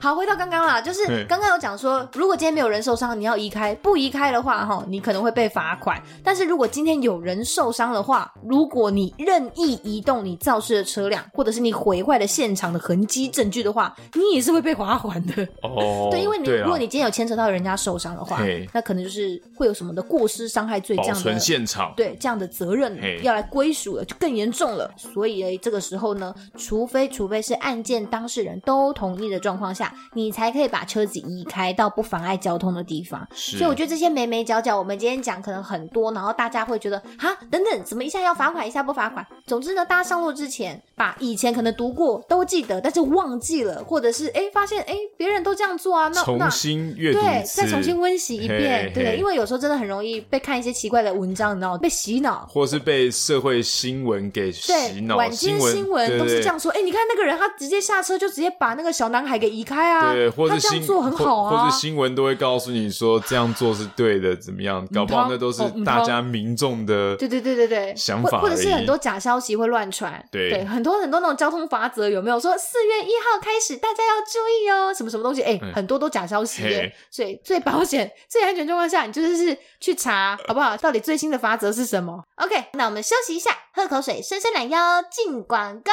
F: 好，回到刚刚啦，就是
B: 对
F: 刚刚有讲说，如果今天没有人受伤，你要移开；不移开的话，哈，你可能会被罚款。但是如果今天有人受伤的话，如果你任意移动你肇事的车辆，或者是你毁坏了现场的痕迹证据的话，你也是会被罚款的。
B: 哦，
F: 对，因为你
B: 啊
F: 如果你今天有牵扯到人家受伤的话
B: 嘿，
F: 那可能就是会有什么的过失伤害罪这
B: 保
F: 样的
B: 存现场，
F: 对这样的责任
B: 嘿
F: 要来归属了，就更严重了。所以诶这个时候呢，除非除非是案件当事人都同意的状况下，你才可以把车子移开到不妨碍交通的地方。
B: 是，
F: 所以我觉得这些眉眉角角，我们今天讲可能很多，然后大家会觉得啊，等等，怎么一下要罚款，一下不罚款？总之呢，大家上路之前把以前可能读过都记得，但是忘记了，或者是诶发现诶别人都这样做啊，那那
B: 重新阅读
F: 对
B: 一，次，
F: 再重新温习一遍
B: 嘿，
F: 对，
B: 嘿
F: 因为有时候真的很容易被看一些奇怪的文章，你知道吗被洗脑。
B: 或是被社会新闻给洗
F: 对，
B: 脑，
F: 晚间
B: 闻
F: 新闻
B: 对
F: 都是
B: 对
F: 这样说。哎，你看那个人，他直接下车就直接把那个小男孩给移开啊，
B: 对，或
F: 他
B: 是
F: 这样
B: 新
F: 做很好
B: 或，
F: 啊
B: 或是。新闻都会告诉你说这样做是对的，怎么样？搞不好那都是
F: 哦嗯
B: 大家民众的
F: 对对对对对，
B: 想
F: 或
B: 法
F: 或者是
B: 而已
F: 很多假消息会乱传，
B: 对
F: 很多很多那种交通法则有没有说四月一号开始大家要注意哦，什么什么东西，哎、
B: 嗯
F: 很多都假消息耶
B: 嘿，
F: 所以最保险、最安全状况下，你就是是去查好不好，到底最新的法则是什么？OK，那我们休息一下，喝口水，伸伸懒腰，进广告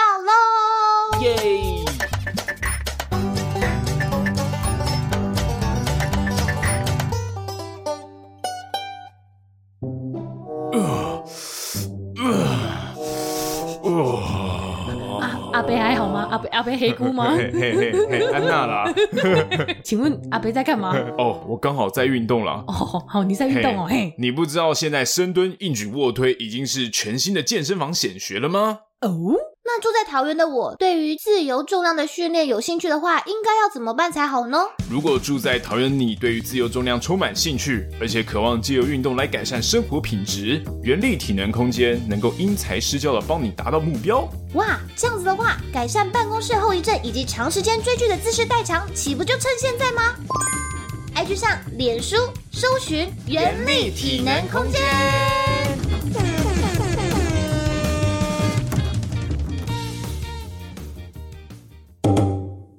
F: 喽。
G: 耶！阿北还好
B: 哦
G: 吗？阿北阿北黑姑 吗？
B: 嘿嘿嘿嘿，安 娜啦！
G: 请问阿北在干嘛？
B: 哦，我刚好在运动啦。
G: 哦，好，你在运动哦，嘿，
B: 你不知道现在深蹲、硬举、卧推已经是全新的健身房显学了吗？
G: 哦，
A: 那住在桃园的我，对于自由重量的训练有兴趣的话，应该要怎么办才好呢？
B: 如果住在桃园，你对于自由重量充满兴趣，而且渴望借由运动来改善生活品质，原力体能空间能够因材施教的帮你达到目标。
A: 哇，这样子的话，改善办公室后遗症以及长时间追剧的姿势代偿，岂不就趁现在吗？IG 上、脸书搜寻“原力体能空间”。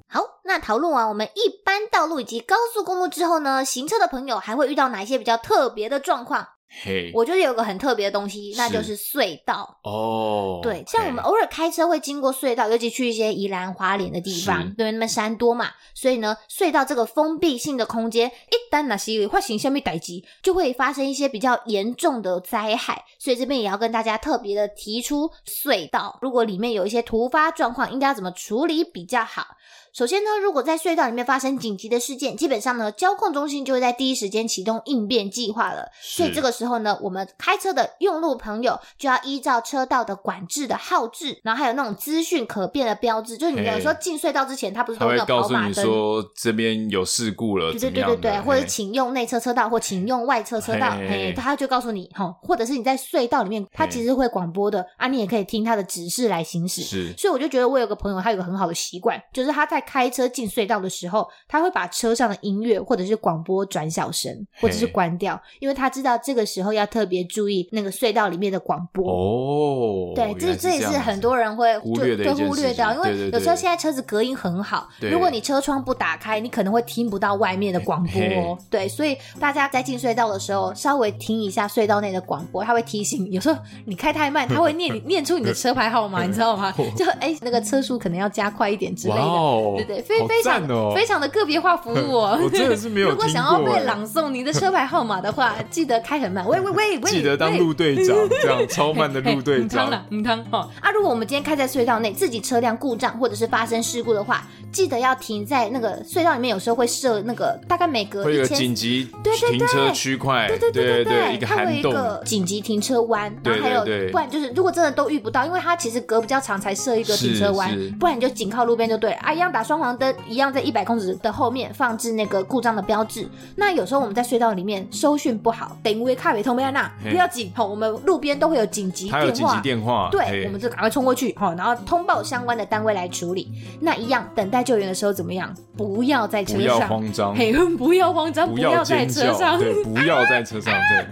A: 好，那讨论完我们一般道路以及高速公路之后呢，行车的朋友还会遇到哪一些比较特别的状况？
B: 嘿，
A: 我觉得有个很特别的东西，那就是是隧道。
B: 哦，
A: 对，像我们
B: 嘿
A: 偶尔开车会经过隧道，尤其去一些宜兰、花莲的地
B: 是
A: 方，对，那么山多嘛，所以呢，隧道这个封闭性的空间，一旦那些发生下面逮击，就会发生一些比较严重的灾害。所以这边也要跟大家特别的提出，隧道如果里面有一些突发状况，应该要怎么处理比较好？首先呢，如果在隧道里面发生紧急的事件，基本上呢，交控中心就会在第一时间启动应变计划了。
B: 是
A: 所以这个时候呢，我们开车的用路朋友就要依照车道的管制的号志，然后还有那种资讯可变的标志，就是你
B: 嘿
A: 有时候进隧道之前，它不是
B: 他
A: 都有
B: 会
A: 那种
B: 告
A: 跑
B: 诉
A: 马
B: 你
A: 灯。
B: 说这边有事故了，
A: 对对
B: 怎么
A: 对
B: 样
A: 对
B: 的
A: 对，或者
B: 嘿
A: 请用内侧车道，或请用外侧车道，
B: 嘿
A: 嘿，他就告诉你哈，或者是你在隧道里面，他其实会广播的啊，你也可以听他的指示来行驶。
B: 是
A: 所以我就觉得我有个朋友，他有个很好的习惯，就是他在开车进隧道的时候，他会把车上的音乐或者是广播转小声，或者是
B: 嘿
A: 关掉，因为他知道这个时候要特别注意那个隧道里面的广播。
B: 哦，
A: 对，
B: 原
A: 这
B: 来
A: 这也
B: 样
A: 是
B: 子
A: 很多人会
B: 忽
A: 就
B: 略的一
A: 对
B: 件
A: 忽
B: 事
A: 略
B: 情
A: 掉，因为
B: 对对
A: 有时候
B: 对
A: 现在车子隔音很好，
B: 对
A: 如果你车窗不打开，你可能会听不到外面的广播哦。对，所以大家在进隧道的时候，稍微听一下隧道内的广播，它会提醒你。有时候你开太慢，它会念你念出你的车牌号码，你知道吗？就哎、那个车速可能要加快一点之类
B: 哇
A: 的。
B: 哦，
A: 对对，非
B: 好
A: 非常
B: 赞哦。
A: 非常的个别化服务哦
B: 我真的是没有
A: 如果
B: 听
A: 想要
B: 过
A: 被
B: 哎
A: 朗诵你的车牌号码的话， 记得开很慢。喂喂喂 喂，
B: 记得当
A: 喂
B: 路队长，这样超慢的路 队
G: 唔汤
B: 长
G: 啦，唔汤哦，
A: 啊，如果我们今天开在隧道内，自己车辆故障或者是发生事故的话，记得要停在那个隧道里面，有时候会设那个大概每隔
B: 会有个
A: 一千
B: 紧。急
A: 对对对
B: 停车区块，
A: 对对
B: 对，一个
A: 它会有
B: 涵
A: 一
B: 洞，
A: 个紧急停车弯，然后还有，
B: 对对对
A: 不然就是如果真的都遇不到，因为它其实隔比较长才设一个停车弯
B: 是是，
A: 不然你就紧靠路边就对了啊，一样打双黄灯，一样在一百公尺的后面放置那个故障的标志。那有时候我们在隧道里面收讯不好，等于卡北通贝安娜，
B: 嘿
A: 不要紧，好，我们路边都会有紧急
B: 它有
A: 电
B: 紧急
A: 话，
B: 电话，
A: 对，
B: 嘿
A: 我们就赶快冲过去，好，然后通报相关的单位来处理。那一样，等待救援的时候怎么样？不要在车
B: 不要
A: 上，
B: 慌张，
G: 嘿，不要慌张，
B: 不
G: 不要在
B: 尖
G: 车
B: 叫，
G: 上，
B: 对，不要在车上，对，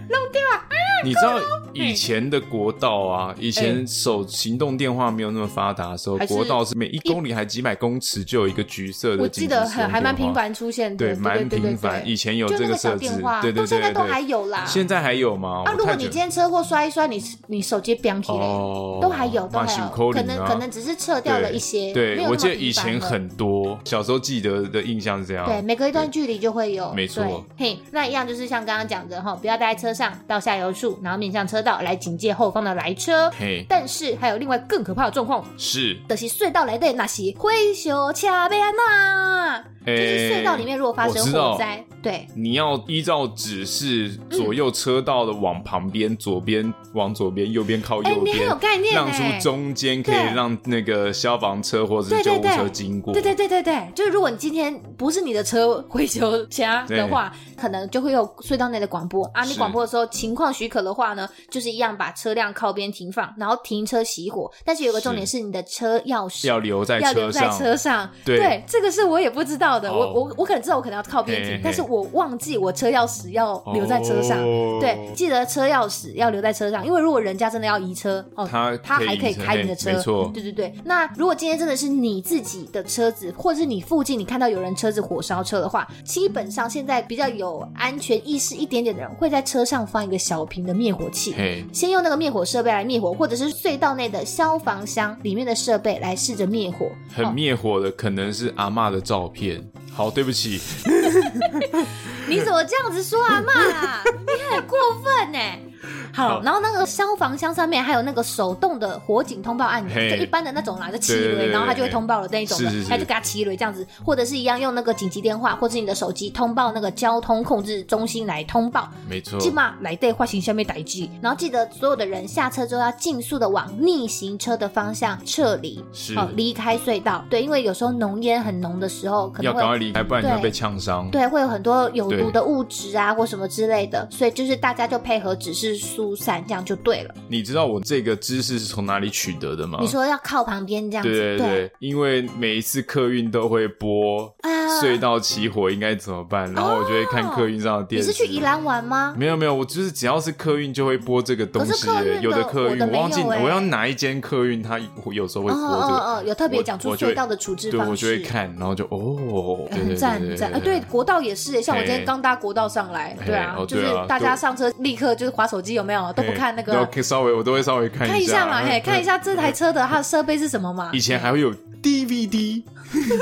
B: 你知道以前的国道啊，以前手行动电话没有那么发达的时候，
C: 还是
B: 国道是每一公里还几百公尺就有一个橘色的
C: 我记
B: 紧急使用电话，
C: 得很还蛮频繁出现的，
B: 对，蛮
C: 对对
B: 频
C: 对对
B: 繁。以前有
A: 就
B: 这
A: 那个
B: 设
A: 小
B: 置
A: 电话，，
B: 对对
A: 到现
B: 对
A: 在都还
B: 对。
A: 有啦。
B: 现在还有吗？我
A: 啊，如果
B: 太
A: 你
B: 久
A: 今天车祸摔一摔，你你手机 b a n k 嘞，
B: 哦，
A: 都还有，都
B: 骂
A: 还
B: 辛
A: 有
B: 苦，
A: 可
B: 你
A: 能
B: 啊
A: 可能只是撤掉了一些。
B: 对，对
A: 没有那
B: 我
A: 么
B: 记得以
A: 频繁
B: 前
A: 了
B: 很多，小时候记得的印象是这样。
A: 对，每隔一段距离就会有，
B: 没错
A: 对。嘿，那一样就是像刚刚讲的哈，不要待在车上，到下游处，然后面向车道来警戒后方的来车。
B: 嘿，
A: 但是还有另外更可怕的状况，
B: 是，
A: 就是隧道来的那些灰熊卡贝安娜，
B: 就
A: 就是隧道里面如果发生火灾，对，
B: 你要依照指示左右车道的往旁边、左边往左边、右边靠
A: 哎、
B: 右
A: 你很
B: 边
A: 有，概念
B: 让
A: 哎、
B: 出中间可以
A: 对
B: 让那个消防车或者是
A: 对
B: 救
A: 对
B: 护
A: 对
B: 车经过。
A: 对对对对对，
C: 就是如果你今天不是你的车回修家的话，
A: 可能就会有隧道内的广播啊。你
B: 是
A: 广播的时候，情况许可的话呢，就是一样把车辆靠边停放，然后停车熄火。但是有个重点
B: 是
A: 是，你的车钥匙
B: 要留在
A: 要
B: 车
A: 留在
B: 上，
A: 车上。
B: 对
C: 这个是我也不知道的。
B: 哦
C: 我我我可能知道我可能要靠边停，
B: 嘿嘿嘿
C: 但是我忘记我车钥匙要留在车上。
B: 哦
A: 对，记得车钥匙要留在车上，因为如果人家真的要移车，哦，
B: 他
A: 他还可以
B: 移车
A: 开你的车
B: 嘿没错，
A: 对对对。那如果今天真的是你自己的车子，或者是你附近你看到有人车子火烧车的话，基本上现在比较有安全意识一点点的人，会在车上放一个小瓶的灭火器。
B: 嘿，
A: 先用那个灭火设备来灭火，或者是隧道内的消防箱里面的设备来试着灭火。
B: 很灭火的可能是阿嬷的照片。好，对不起，
A: 你怎么这样子说阿 啊妈啦？你很过分呢、好，然后那个消防箱上面还有那个手动的火警通报按钮，
B: 嘿
A: 就一般的那种啦，就七
B: 对对对
A: 雷，然后它就会
B: 对
A: 通报了那一种的，
B: 是是是
A: 它就给它七雷这样子，或者是一样用那个紧急电话或是你的手机通报那个交通控制中心来通报，
B: 没错，
A: 即嘛来对化形下面逮机，然后记得所有的人下车之后要尽速的往逆行车的方向撤离，
B: 是
A: 哦，离开隧道，对，因为有时候浓烟很浓的时候，可
B: 要
A: 能会
B: 赶快离开，不然你
A: 对
B: 会被呛伤。
A: 对，会有很多有毒
B: 对
A: 的物质啊，或什么之类的，所以就是大家就配合指示疏散，这样就对了。
B: 你知道我这个知识是从哪里取得的吗？
A: 你说要靠旁边这样子，
B: 啊对对对，因为每一次客运都会播
A: 啊，哦
B: 隧道起火应该怎么办，然后我就会看客运上的
A: 你
B: 电视。
A: 是去宜兰玩吗？
B: 没有没有，我就是只要是客运就会播这个东
A: 可是
B: 西
A: 客
B: 耶
A: 运的，
B: 有客
A: 我
B: 运
A: 的没有
B: 忘记
A: 耶
B: 我要哪一间客运，它有时候会
A: 哦
B: 播这个，
A: 哦哦，有特别
B: 我
A: 讲出
B: 我就会
A: 隧道的处置
B: 对
A: 方式，
B: 我就会看，然后就哦，对
A: 很
B: 对
A: 赞
B: 对
A: 很赞哎
C: 啊，对，国道也
A: 欸
C: 是，像我今天刚搭国道上来，
B: 嘿
C: 对啊，
B: 哦
C: 就
B: 对啊
C: 是大家
B: 就
C: 上车立刻就是划手机，有没有都不看那
B: 然
C: 个
B: 后，可以稍微我都会稍微看
C: 看一下
B: 下嗯
C: 嘛，嘿，看一。下这台车的它的设备是什么嘛
B: 以。前还会有 DVD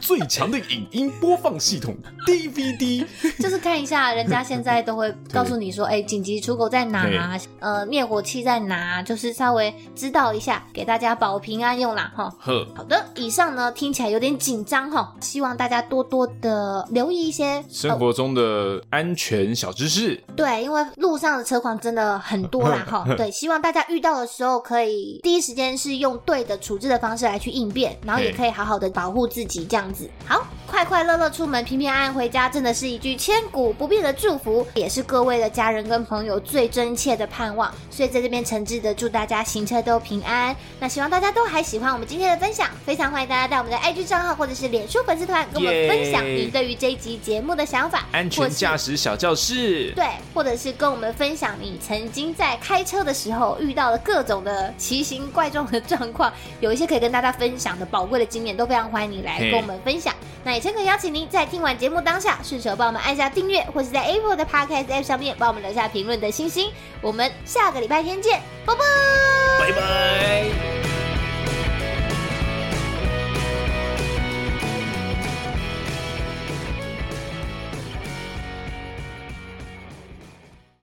B: 最强的影音播放系统 DVD，
A: 就是看一下人家现在都会告诉你说，哎，紧急出口在哪啊，呃，灭火器在哪啊，就是稍微知道一下，给大家保平安用啦，哈。
B: 呵，
A: 好的，以上呢听起来有点紧张哈，希望大家多多的留意一些
B: 生活中的安全小知识。
A: 对，因为路上的车况真的很多啦哈。对，希望大家遇到的时候可以第一时间是用对的处置的方式来去应变，然后也
B: 嘿
A: 可以好好的保护自己这样子。好，快快乐乐出门，平平安安回家，真的是一句千古不变的祝福，也是各位的家人跟朋友最真切的盼望。所以在这边诚挚的祝大家行车都平安。那希望大家都还喜欢我们今天的分享，非常欢迎大家到我们的 IG 账号或者是脸书粉丝团跟我们分享
B: 耶
A: 你对于这一集节目的想法，
B: 安
A: 或
B: 全
A: 是
B: 驾驶小教室。
C: 哦
A: 对，或者是跟我们分享你曾经在开车的时候遇到的各种的奇形怪状的状况，有一些可以跟大家分享的宝贵的经验，都非常欢迎你来
B: 嘿
A: 跟我们分享。那也诚恳邀请您在听完节目当下，顺手帮我们按下订阅，或是在 Apple 的 Podcast App 上面帮我们留下评论的星星。我们下个礼拜天见，拜拜。
B: 拜拜。